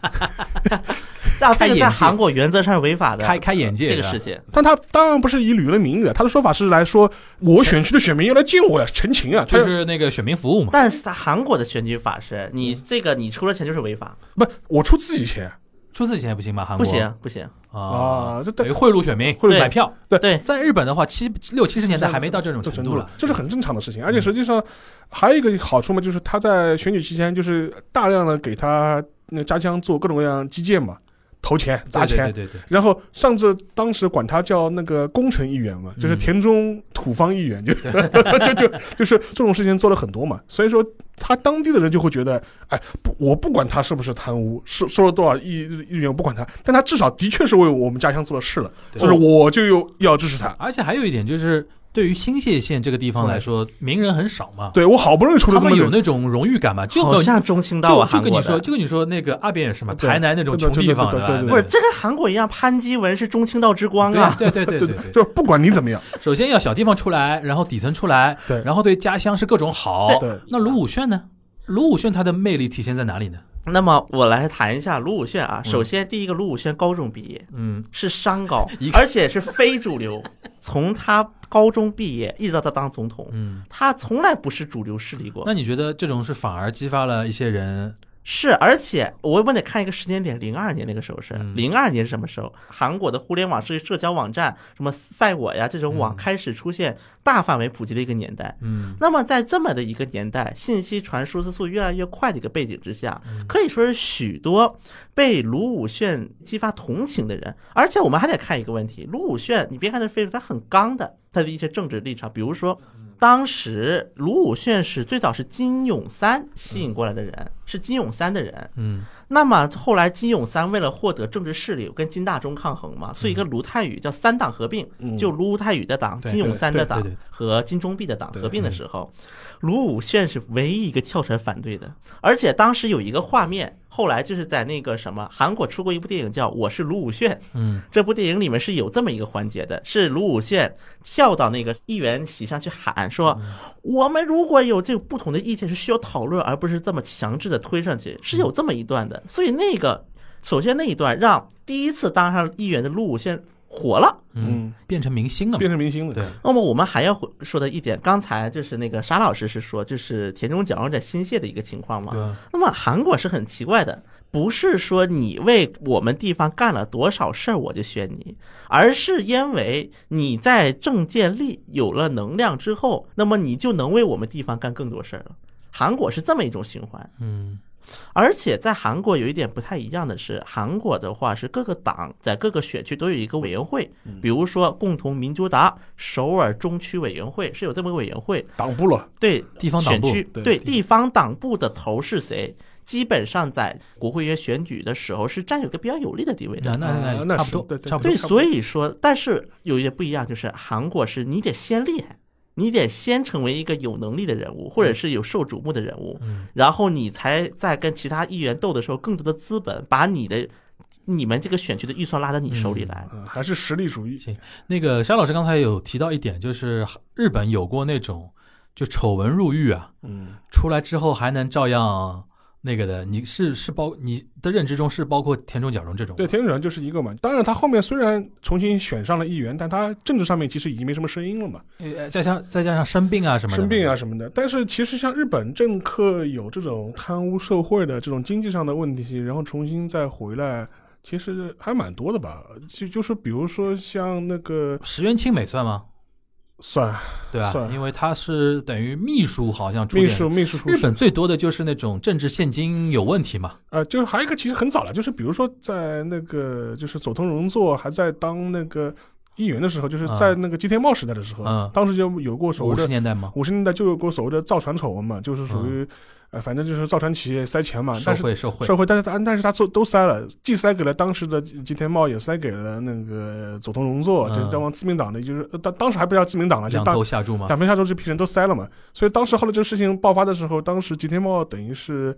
这开个眼在界韩国原则上是违法的，开开眼界这是个吧事情。但他当然不是以旅游的名义的，他的说法是来说我选区的选民要来见我呀，陈情啊，他就是那个选民服务嘛。但是在韩国的选举法是，你这个你出了钱就是违法，不我出自己钱出自己钱不行吧？韩不国行不行。啊，这等于对贿赂选民，贿赂买票。对，在日本的话，七六七十年代还没到这种这程程度度了嗯了，，这是很正常的事情，而且实际上还有一个好处嘛，就是他在选举期间就是大量的给他那家乡做各种各样基建嘛，投钱砸钱。对对对对，然后上至当时管他叫那个工程议员嘛，就是嗯田中土方议员，就是 就就就是这种事情做了很多嘛，所以说他当地的人就会觉得，哎，不，我不管他是不是贪污，收收了多少亿亿元，我不管他，但他至少的确是为我们家乡做了事了，对就是我就有要支持他，而且还有一点就是，对于新泻县这个地方来说，名人很少嘛，对我好不容易出了他这们么有点那种荣誉感嘛，就好跟像中青道就啊，就韩跟国你说，的。就跟你说那个阿扁也是嘛，对台南那种对穷对地方，对对吧？对对不是，这跟韩国一样，潘基文是中青道之光啊。对对对对 对对对，就是不管你怎么 样，首先要小地方出来，然后底层出来，对然后对家乡是各种好。对，那卢武铉呢？卢武铉他的魅力体现在哪里呢？那么我来谈一下卢武铉啊。首先，第一个卢武铉高中毕业嗯，是商高 一，而且是非主流。 从他高中毕业一直到他当总统，嗯，他从来不是主流势力过那。你觉得这种是反而激发了一些人是，而且我们得看一个时间点，零二年那个时候是嗯零二、年是什么时候？韩国的互联网是社交网站，什么赛我呀这种网开始出现大范围普及的一个年代。嗯那么在这么的一个年代，信息传输速度越来越快的一个背景之下，可以说是许多被卢武铉激发同情的人。而且我们还得看一个问题，卢武铉，你别看他非常，他很刚的，他的一些政治立场，比如说。当时卢武铉是最早是金泳三吸引过来的人，是金泳三的人。嗯那么后来金泳三为了获得政治势力，跟金大中抗衡嘛，所以跟卢泰愚叫三党合并，嗯就卢泰愚的党、嗯对金泳三的对对党对对嗯和金钟弼的党对合并的时候，卢武铉是唯一一个跳出来反对的。而且当时有一个画面，后来就是在那个什么韩国出过一部电影叫《我是卢武铉》，嗯这部电影里面是有这么一个环节的，是卢武铉跳到那个议员席上去喊说：“我们如果有这个不同的意见，是需要讨论，而不是这么强制的推上去。”是有这么一段的，所以那个首先那一段让第一次当上议员的卢武铉火了。嗯，变成明星了嘛变？成明星了。对那么我们还要回说的一点，刚才就是那个沙老师是说，就是田中角荣在新泻的一个情况嘛。对啊，那么韩国是很奇怪的，不是说你为我们地方干了多少事儿我就选你，而是因为你在政界力有了能量之后，那么你就能为我们地方干更多事儿了。韩国是这么一种循环，嗯而且在韩国有一点不太一样的是，韩国的话是各个党在各个选区都有一个委员会，比如说共同民主党首尔中区委员会是有这么个委员会，挡不了，对地方党部选区对对地方党部的头是谁，基本上在国会议员选举的时候是占有一个比较有利的地位那的。那啊那差不是多，对对差不多对，，所以说，但是有一点不一样，就是韩国是你得先厉害，你得先成为一个有能力的人物，或者是有受瞩目的人物，嗯然后你才在跟其他议员斗的时候，更多的资本把你的、你们这个选区的预算拉到你手里来。嗯还是实力主义。那个沙老师刚才有提到一点，就是日本有过那种就丑闻入狱啊，嗯，出来之后还能照样那个的，你是是包你的认知中是包括田中角荣这种吗对，田主任就是一个嘛。当然，他后面虽然重新选上了议员，但他政治上面其实已经没什么声音了嘛，呃再加再加上生病啊什么的，生病啊，什么的。但是其实像日本政客有这种贪污受贿的这种经济上的问题，然后重新再回来，其实还蛮多的吧。就就是比如说像那个石原清美算吗？算对吧、算因为他是等于秘书，好像出秘点。书秘书处日本最多的就是那种政治现金有问题嘛，呃，就是还有一个其实很早了，就是比如说在那个就是佐藤荣作还在当那个议员的时候，就是啊在那个吉田茂时代的时候，嗯当时就有过所五谓十的年代嘛，五十年代就有过所谓的造船丑闻嘛，就是属嗯于、呃反正就是造船企业塞钱嘛，受啊但是贿受贿，社会，但是他但是他做都塞了，既塞给了当时的吉田茂，也塞给了那个佐藤荣作，就嗯是这帮自民党的，就是呃当当时还不叫自民党了，啊就两当头下注嘛，两边下周这批人都塞了嘛，所以当时后来这个事情爆发的时候，当时吉田茂等于是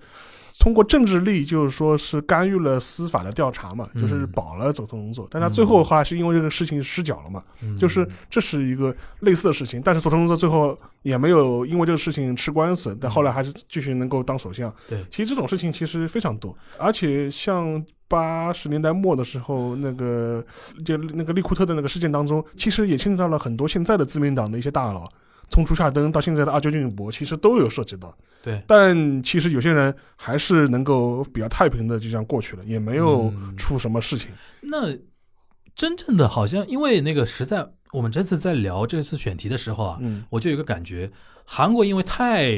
通过政治力，就是说是干预了司法的调查嘛，嗯就是保了佐藤荣作，但他最后后来是因为这个事情失脚了嘛，嗯就是这是一个类似的事情，但是佐藤荣作最后也没有因为这个事情吃官司，但后来还是继续能够当首相。嗯对其实这种事情其实非常多，而且像。八十年代末的时候，那个就那个利库特的那个事件当中，其实也牵扯到了很多现在的自民党的一些大佬，从竹下登到现在的阿久俊博，其实都有涉及到。对，但其实有些人还是能够比较太平的就这样过去了，也没有嗯出什么事情。那真正的好像，因为那个实在，我们这次在聊这次选题的时候啊，嗯，我就有一个感觉，韩国因为太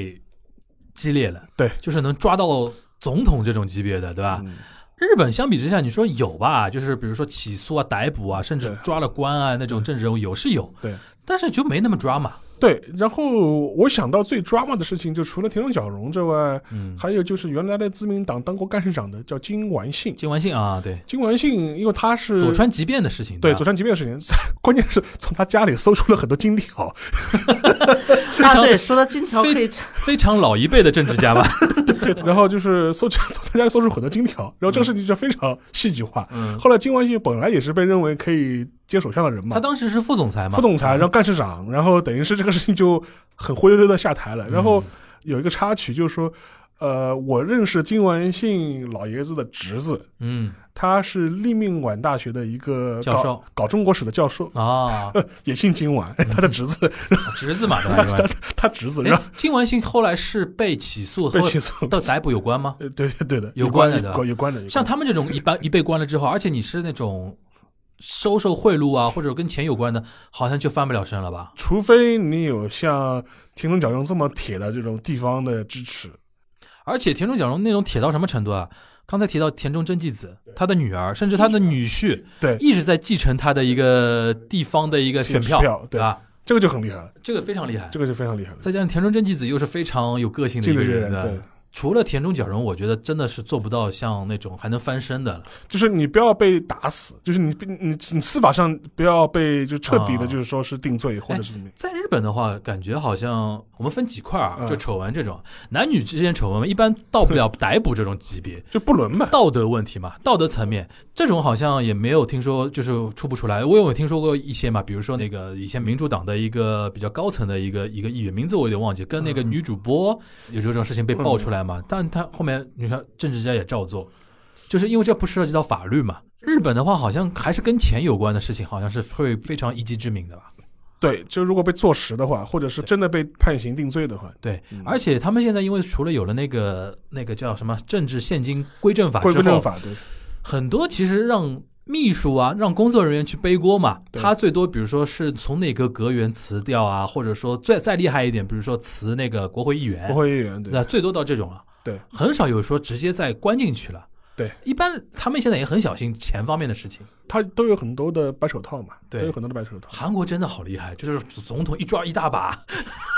激烈了，对就是能抓到总统这种级别的，对吧？嗯日本相比之下，你说有吧？就是比如说起诉啊、逮捕啊，甚至对嗯抓了官啊那种政治人物有是有，对，但是就没那么抓嘛。对。然后我想到最 drama 的事情，就除了田中角荣之外，嗯，还有就是原来的自民党当过干事长的叫金完信。金完信啊，对，金完信，因为他是佐川啊急便的事情，对吧佐川急便的事情， 关键是从他家里搜出了很多金条， 啊，常对，说到金条可以非常老一辈的政治家 吧。对，然后就是搜出 从他家里搜出很多金条，然后这个事情就非常戏剧化。嗯，后来金完信本来也是被认为可以接首相的人嘛他，当时是副总裁嘛，嗯副总裁，然后干事嗯长，然后等于是这个事情就很灰溜溜的下台了。然后有一个插曲，就是说，呃，我认识金完信老爷子的侄子，嗯他是立命馆大学的一个教搞授搞中国史的教授，啊，也姓金完，他的侄 子，侄子嘛，对吧对吧？他 侄子然哎后，金完信后来是被起诉和被起诉，到逮捕有关吗？呃对对对的，有关关的有关有关的，有关的像他们这种一般一被关了之后，而且你是那种收受贿赂啊，或者跟钱有关的，好像就翻不了身了吧？除非你有像田中角荣这么铁的这种地方的支持，而且田中角荣那种铁到什么程度啊？刚才提到田中真纪子，她的女儿，甚至她的女婿，对一直在继承她的一个地方的一个选选票，票对吧？这个就很厉害了，这个非常厉害。这个就非常厉害了。再加上田中真纪子又是非常有个性的一这个个人，啊人对，除了田中角荣，我觉得真的是做不到像那种还能翻身的了。就是你不要被打死，就是你你你你司法上不要被就彻底的，啊就是说是定罪或者是怎么样。在日本的话，感觉好像我们分几块啊，嗯就丑闻这种，男女之间丑闻一般到不了逮捕这种级别，就不伦嘛，道德问题嘛，道德层面这种好像也没有听说，就是出不出来。我有听说过一些嘛，比如说那个以前民主党的一个比较高层的一个一个议员，名字我有点忘记，跟那个女主播有这种事情被爆出来嘛，嗯但他后面你看政治家也照做，就是因为这不涉及到法律嘛。日本的话，好像还是跟钱有关的事情，好像是会非常一击致命的吧。对，就如果被坐实的话，或者是真的被判刑定罪的话，对嗯，而且他们现在因为除了有了那个那个叫什么政治现金归正法归之归正后，法对，很多其实让秘书啊，让工作人员去背锅嘛。对他最多比如说是从哪个阁员辞掉啊，或者说再再厉害一点，比如说辞那个国会议员国，会议员对哎那最多到这种了。对，很少有说直接再关进去了。对，一般他们现在也很小心钱方面的事情。他都有很多的白手套嘛，对都有很多的白手套。韩国真的好厉害，就是总统一抓一大把，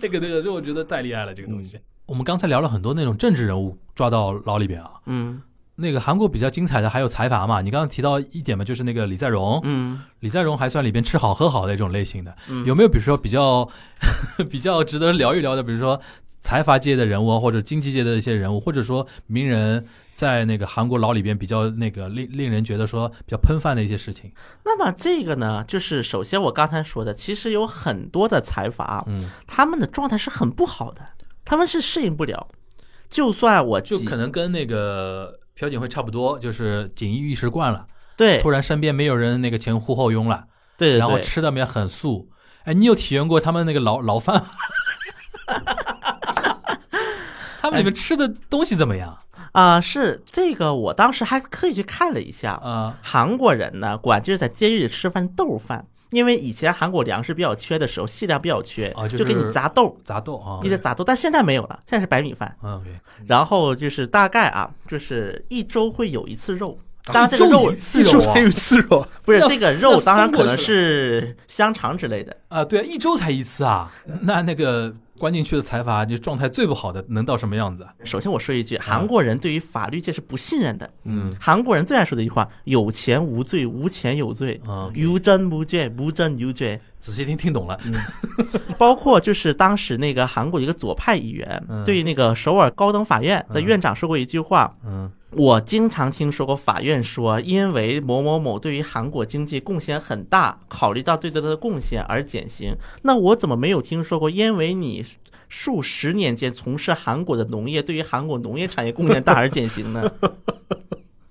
那个那个，这我觉得太厉害了，这个东嗯西。我们刚才聊了很多那种政治人物抓到牢里边啊，嗯那个韩国比较精彩的还有财阀嘛，你刚刚提到一点嘛，就是那个李在镕，嗯李在镕还算里边吃好喝好的一种类型的，嗯，有没有比如说比较 比较值得聊一聊的，比如说财阀界的人物啊，或者经济界的一些人物，或者说名人在那个韩国牢里边比较那个令令人觉得说比较喷饭的一些事情，那么这个呢，就是首先我刚才说的，其实有很多的财阀，啊嗯，他们的状态是很不好的，他们是适应不了。就算我就挤可能跟那个朴槿惠差不多，就是锦衣玉食惯了，对突然身边没有人那个前呼后拥了，对然后对吃的面很素。哎，你有体验过他们那个牢 牢饭吗？他们里面吃的东西怎么样 啊、是这个，我当时还特意去看了一下，啊？韩国人呢，管就是在监狱里吃饭豆饭，因为以前韩国粮食比较缺的时候，细粮比较缺，啊就给你是砸豆，杂豆啊一，直砸豆，但现在没有了，现在是白米饭。嗯，OK，然后就是大概啊，就是一周会有一次肉，当然这个哦一周肉一次肉啊还有刺肉，不是那这个那肉，分当然可过能去了是香肠之类的。啊，对，一周才一次啊。那那个关进去的财阀，就状态最不好的能到什么样子啊？首先我说一句，韩国人对于法律界是不信任的。嗯，韩国人最爱说的一句话：“有钱无罪，无钱有罪啊，无证无罪，无证有罪。仔细听听懂了，”嗯包括就是当时那个韩国一个左派议员嗯对那个首尔高等法院的院长说过一句话，嗯，我经常听说过法院说，因为某某某对于韩国经济贡献很大，考虑到对他的贡献而减刑。那我怎么没有听说过，因为你数十年间从事韩国的农业，对于韩国农业产业贡献大而减刑 呢？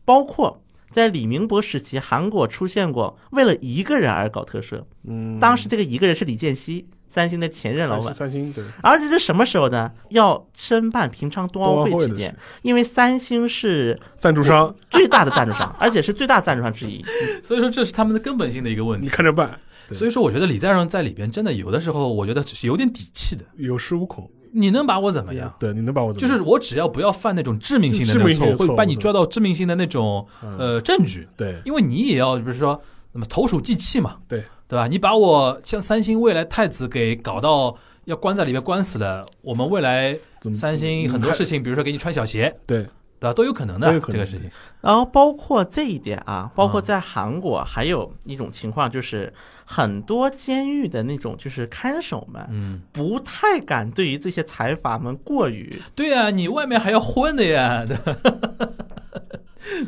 包括在李明博时期，韩国出现过为了一个人而搞特赦，嗯，当时这个一个人是李健熙，三星的前任老板是。三星对，而且这什么时候呢？要申办平昌冬奥冬奥会会的期事间，因为三星是赞助商，最大的赞助商，而 且是最大赞助商之一。所以说这是他们的根本性的一个问你题。看着办，对所以说，我觉得李在镕在里边真的有的时候，我觉得是有点底气的。有恃无恐，你能把我怎么样？对，你能把我怎哎就么是样？我只要不要犯那种致命性的嗯致那命种性错的误，会错误把你对抓到致命性的那种嗯呃证据，对因为你也要比如说那么投鼠忌器嘛，对对吧？你把我像三星未来太子给搞到要关在里面关死了，我们未来怎么三星很多事情，比如说给你穿小鞋，对，对吧，都有可能的都有可能这个事情。然后包括这一点啊，包括在韩国还有一种情况，就是很多监狱的那种就是看守们嗯，不太敢对于这些财阀们过于啊 对呀、你外面还要混的呀，对吧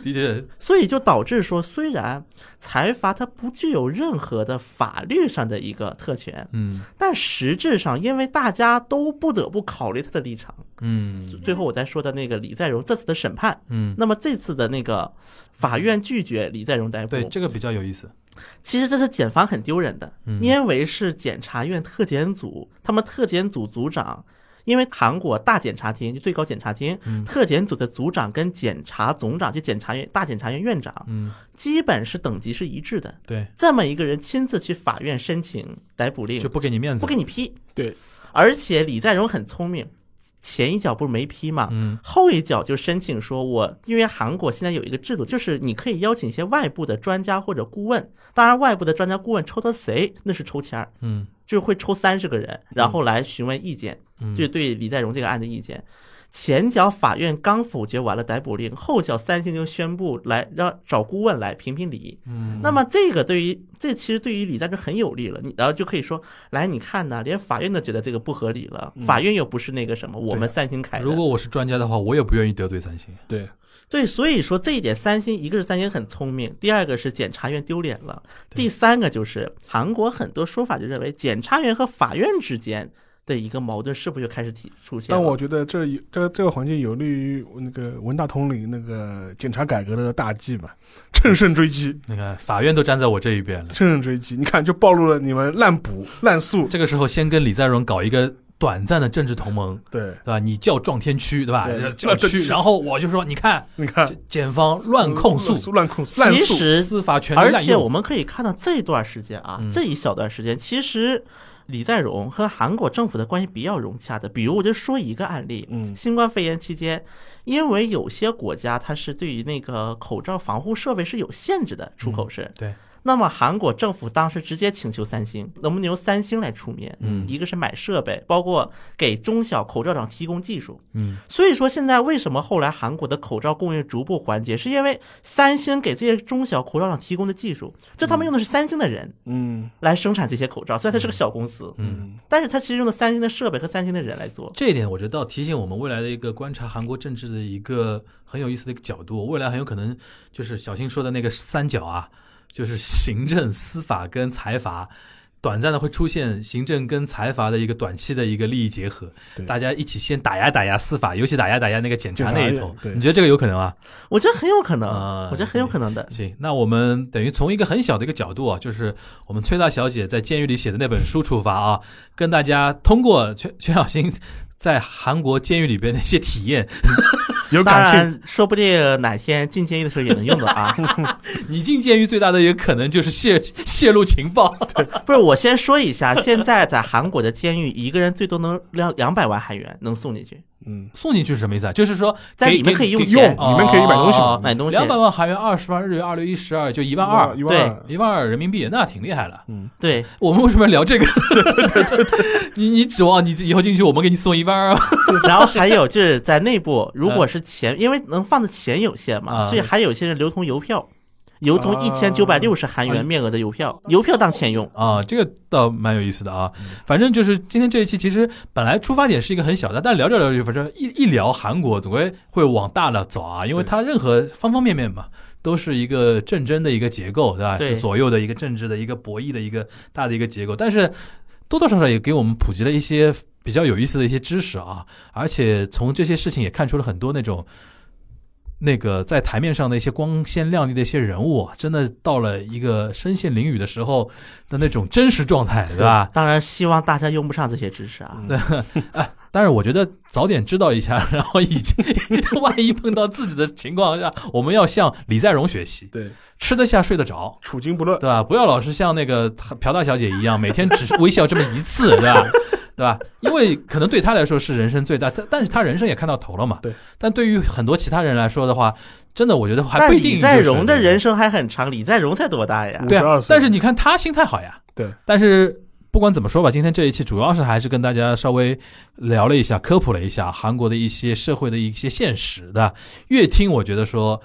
的确，所以就导致说，虽然财阀它不具有任何的法律上的一个特权，嗯但实质上，因为大家都不得不考虑他的立场。嗯最后我再说的那个李在镕这次的审判，嗯，那么这次的那个法院拒绝李在镕逮捕对，，这个比较有意思。其实这是检方很丢人的，嗯因为是检察院特检组，他们特检组组长。因为韩国大检察厅就最高检察厅、嗯特检组的组长跟检察总长，就检察院大检察院院长，嗯，基本是等级是一致的。对，这么一个人亲自去法院申请逮捕令就，不给你面子，不给你批。对，而且李在镕很聪明，前一脚不是没批嘛，嗯后一脚就申请说我，因为韩国现在有一个制度，就是你可以邀请一些外部的专家或者顾问，当然外部的专家顾问抽到谁那是抽签儿，嗯就会抽三十个人，然后来询问意见，嗯，就对李在镕这个案的意见。前脚法院刚否决完了逮捕令，后脚三星就宣布来让找顾问来评评理。嗯那么这个对于这其实对于李在镕很有利了，你然后就可以说，来你看呐，连法院都觉得这个不合理了，法院又不是那个什么，我们三星开的嗯如。果我是专家的话，我也不愿意得罪三星。对，对，所以说这一点，三星一个是三星很聪明，第二个是检察院丢脸了，第三个就是韩国很多说法就认为检察院和法院之间的一个矛盾是不是就开始体出现了？但我觉得这有这个这个环节有利于那个文大统领那个检察改革的大计嘛， 乘胜追击，那个法院都站在我这一边了，乘胜追击。你看，就暴露了你们滥捕滥诉，这个时候先跟李在镕搞一个短暂的政治同盟，对，对吧？你叫撞天区，对吧？对叫区，然后我就说，你看，你看这检方乱控诉，乱控诉，滥其诉，实司法权力而滥且用我们可以看到这段时间啊，嗯这一小段时间，其实李在镕和韩国政府的关系比较融洽的。比如，我就说一个案例，嗯新冠肺炎期间，因为有些国家它是对于那个口罩防护设备是有限制的，出口是。嗯对，那么韩国政府当时直接请求三星，能不能由三星来出面？嗯一个是买设备，包括给中小口罩厂提供技术。嗯所以说，现在为什么后来韩国的口罩供应逐步缓解，是因为三星给这些中小口罩厂提供的技术，就他们用的是三星的人嗯来生产这些口罩，虽然它是个小公司，嗯。但是它其实用的三星的设备和三星的人来做。这一点我觉得倒提醒我们未来的一个观察韩国政治的一个很有意思的一个角度，未来很有可能就是小新说的那个三角啊， 就是行政、司法跟财阀。短暂的会出现行政跟财阀的一个短期的一个利益结合，对大家一起先打压打压司法，尤其打压打压那个检察那一检头察院，对你觉得这个有可能啊？我觉得很有可能啊，我觉得很有可能的。行，那我们等于从一个很小的一个角度啊，就是我们崔大小姐在监狱里写的那本书出发啊，跟大家通过全全小新在韩国监狱里边的一些体验，有当感然，说不定哪天进监狱的时候也能用到 啊。你进监狱最大的一个可能就是泄泄露情报， 不是，我先说一下，现在在韩国的监狱，一个人最多能两两百万韩元能送进去，情，嗯，送进去是什么意思啊？就是说在给哦里面可以用用钱里面可以买东西嘛买东西两百万韩元，二十万日元，二六一十二，就一万二一，万二，一万二人民币，那挺厉害了。嗯， 对，我们为什么要聊这个？你你指望你以后进去我们给你送一万二吗？啊然后还有就是在内部，如果是钱，因为能放的钱有限嘛，啊所以还有一些人流通邮票，流通哦啊一千九百六十韩嗯元面额的邮票，邮票当钱用。啊，这个倒蛮有意思的啊。反正就是今天这一期，其实本来出发点是一个很小的，但聊着聊着，反正一一聊韩国，总归会往大了走啊，因为对它任何方方面面嘛，都是一个政争的一个结构，对吧？对左右的一个政治的一个博弈的一个大的一个结构，但是多多少少也给我们普及了一些比较有意思的一些知识啊，而且从这些事情也看出了很多那种。那个在台面上的一些光鲜亮丽的一些人物、啊，真的到了一个身陷囹圄的时候的那种真实状态，对吧？当然，希望大家用不上这些知识嗯啊。对，但是我觉得早点知道一下，然后已经 万一碰到自己的情况下，我们要向李在镕学习，对，吃得下睡得着，处惊不乱，对吧？不要老是像那个朴大小姐一样，每天只是微笑这么一 次，对吧？对吧？因为可能对她来说是人生最大，但但是她人生也看到头了嘛。对。但对于很多其他人来说的话，真的我觉得还但不一定、就是。李在镕的人生还很长，李在镕才多大呀？对、 52啊，岁但是你看他心态好呀。对，但是不管怎么说吧，今天这一期主要是还是跟大家稍微聊了一下，科普了一下韩国的一些社会的一些现实的。越听我觉得说。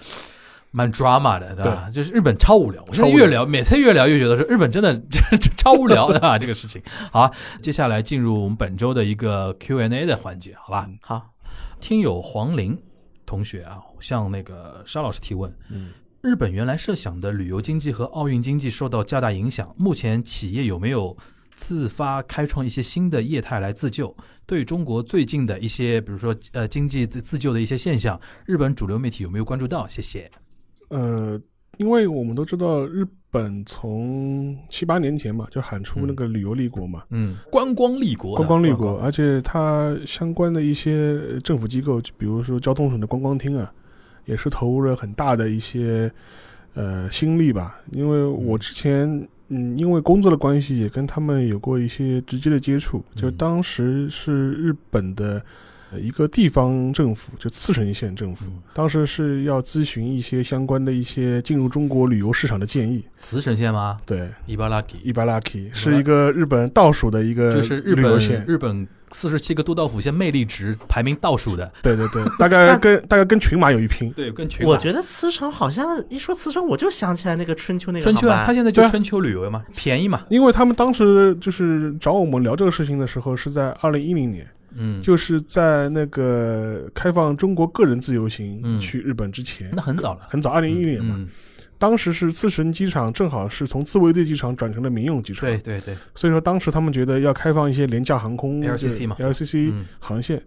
蛮 drama 的，对吧？就是日本超无聊，我现在超无越聊聊，每次越聊越觉得说日本真的 这这超无聊的啊，这个事情。好啊，接下来进入我们本周的一个 Q&A 的环节，好吧？好，听友黄玲同学啊，向那个沙老师提问。嗯，日本原来设想的旅游经济和奥运经济受到较大影响，目前企业有没有自发开创一些新的业态来自救？对中国最近的一些，比如说呃经济自自救的一些现象，日本主流媒体有没有关注到？谢谢。呃，因为我们都知道日本从七八年前嘛，就喊出那个旅游立国嘛，嗯，观光立国的，观光立国，而且它相关的一些呃政府机构，就比如说交通省的观光厅啊，也是投入了很大的一些呃心力吧。因为我之前嗯，因为工作的关系，也跟他们有过一些直接的接触。就嗯当时是日本的呃一个地方政府，就茨城县政府嗯，当时是要咨询一些相关的一些进入中国旅游市场的建议。茨城县吗？对，伊巴拉吉伊巴拉克是一个日本倒数的一个就是日旅游本县日本四十七个都道府县魅力值排名倒数的， 对对对，大概跟大概跟群马有一拼。对，跟群马我觉得茨城好像一说茨城，我就想起来那个春秋那个春秋啊，航他班现在就对啊春秋旅游嘛，便宜嘛，因为他们当时就是找我们聊这个事情的时候，是在二零一零年，嗯，就是在那个开放中国个人自由嗯行去日本之前，那很早了，很早，二零一零年嘛。嗯，当时是茨城机场正好是从自卫队机场转成了民用机场，对，对对，所以说当时他们觉得要开放一些廉价航空 LCC 嘛，LCC 嗯航线，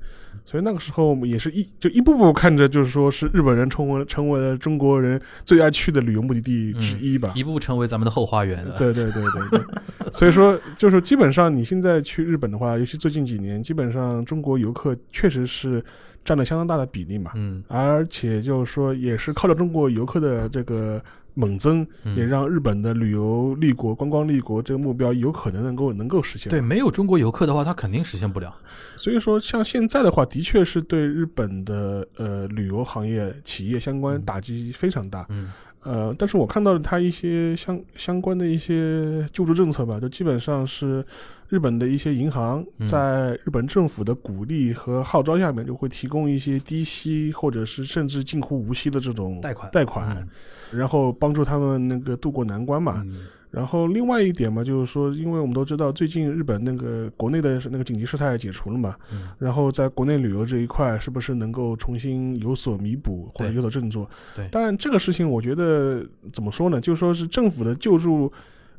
所以那个时候我们也是一就一步步看着，就是说是日本人成为成为了中国人最爱去的旅游目的地嗯之一吧。一步步成为咱们的后花园了。对对对对对，所以说就是基本上你现在去日本的话，尤其最近几年，基本上中国游客确实是占了相当大的比例嘛，嗯，而且就是说也是靠着中国游客的这个猛增，嗯也让日本的旅游立国、观光立国这个目标有可能能够能够实现。对，，没有中国游客的话，他肯定实现不了。所以说像现在的话，的确是对日本的呃旅游行业企业相关打击非常大。嗯呃，但是我看到了它一些相相关的一些救助政策吧，就基本上是日本的一些银行嗯在日本政府的鼓励和号召下面，就会提供一些低息或者是甚至近乎无息的这种贷款贷款，然后帮助他们那个渡过难关嘛。嗯然后另外一点嘛，就是说，因为我们都知道最近日本那个国内的那个紧急事态解除了嘛，嗯然后在国内旅游这一块是不是能够重新有所弥补或者对有所振作？对但这个事情我觉得怎么说呢？就说是政府的救助。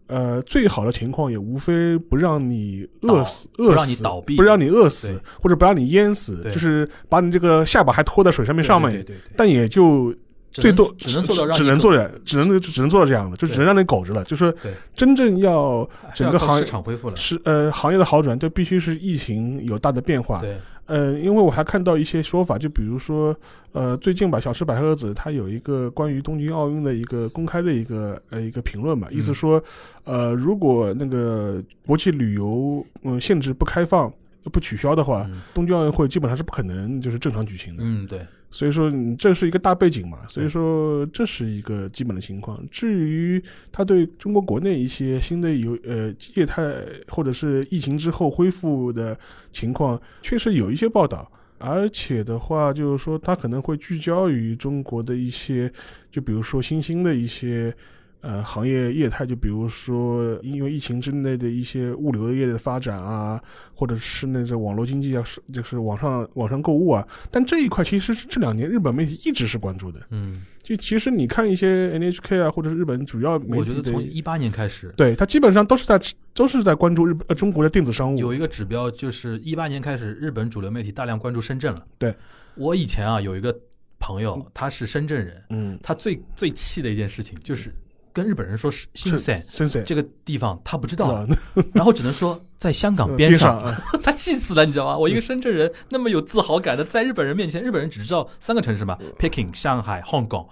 呃，最好的情况也无非不让你饿死，不饿让你死，倒闭不让你饿死对，或者不让你淹死，对就是把你这个下巴还拖在水上面上面，对对对对但也就只最能多只能做到让只你能更做这，只能只能做到这样的，就只能让你苟着了。就是对真正要整个还是要靠行业市场恢复了。是呃行业的好转，就必须是疫情有大的变化。对，呃，因为我还看到一些说法，就比如说呃最近吧，小吃百合子它有一个关于东京奥运的一个公开的一个呃一个评论嘛，意思说呃如果那个国际旅游嗯、限制不开放。不取消的话，嗯东京奥运会基本上是不可能就是正常举行的。嗯对，所以说你这是一个大背景嘛，所以说这是一个基本的情况。至于它对中国国内一些新的有呃业态或者是疫情之后恢复的情况，确实有一些报道。而且的话，就是说它可能会聚焦于中国的一些，就比如说新兴的一些呃行业业态，就比如说因为疫情之内的一些物流业的发展啊，或者是那个网络经济啊，是就是网上网上购物啊，但这一块其实是这两年日本媒体一直是关注的。嗯，就其实你看一些 NHK 啊，或者是日本主要媒我觉体得的，从一八年开始。对它基本上都是在都是在关注日本呃中国的电子商务有。一个指标，就是一八年开始，日本主流媒体大量关注深圳了。对，我以前啊有一个朋友，他是深圳人，嗯，他最最气的一件事情就是跟日本人说是新深鲜深圳这个地方他不知知道道，吧然后只能说在香港边啊边上，啊 他气死了，你知道吗？我一个深圳人那么有自豪感的，在日本人面前，日本人只知道三个城市嘛，Peking、上海、Hong Kong，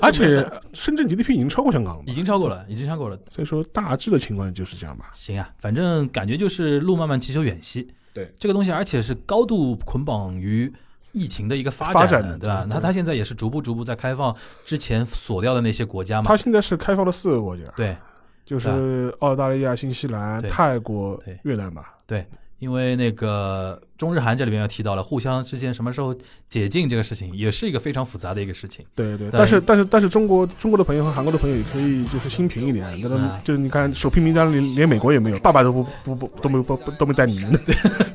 而且深圳 GDP 已经超过香港了已嘛，经超过了，已经超过了。所以说大致的情况就是这样吧。行啊，反正感觉就是路漫漫其修远兮。对这个东西，而且是高度捆绑于疫情的一个发发展展的对吧？对那对他现在也是逐步逐步在开放之前锁掉的那些国家嘛它，现在是开放了四个国家，对就是澳大利亚、新西兰、对泰国对、越南吧。对。因为那个中日韩这里边要提到了，互相之间什么时候解禁这个事情，也是一个非常复杂的一个事情。对对，对但是但是但是中国中国的朋友和韩国的朋友也可以就是心平一点，那种嗯就是你看首批名单连连美国也没有，爸爸都不不不都没有不不都没在里面。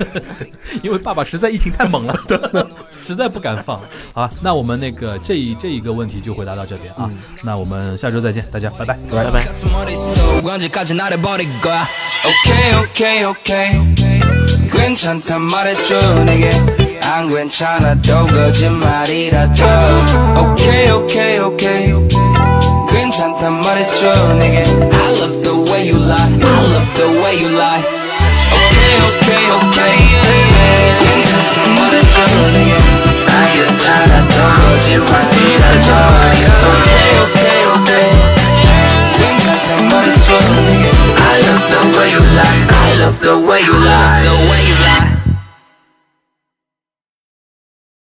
因为爸爸实在疫情太猛了。实在不敢放啊。那我们那个这一这一个问题就回答到这边啊。那我们下周再见，大家拜拜，拜拜拜拜。 같은 머릿속 언제까지 나를 버릴 거야 오케이 오케이 오케이 괜찮다 말했죠 내게 안 괜찮아도 거짓말이라도 오케이 오케이 오케이 괜찮다 말했죠 내게 I love the way you lie I love the way you lie Okay okay okay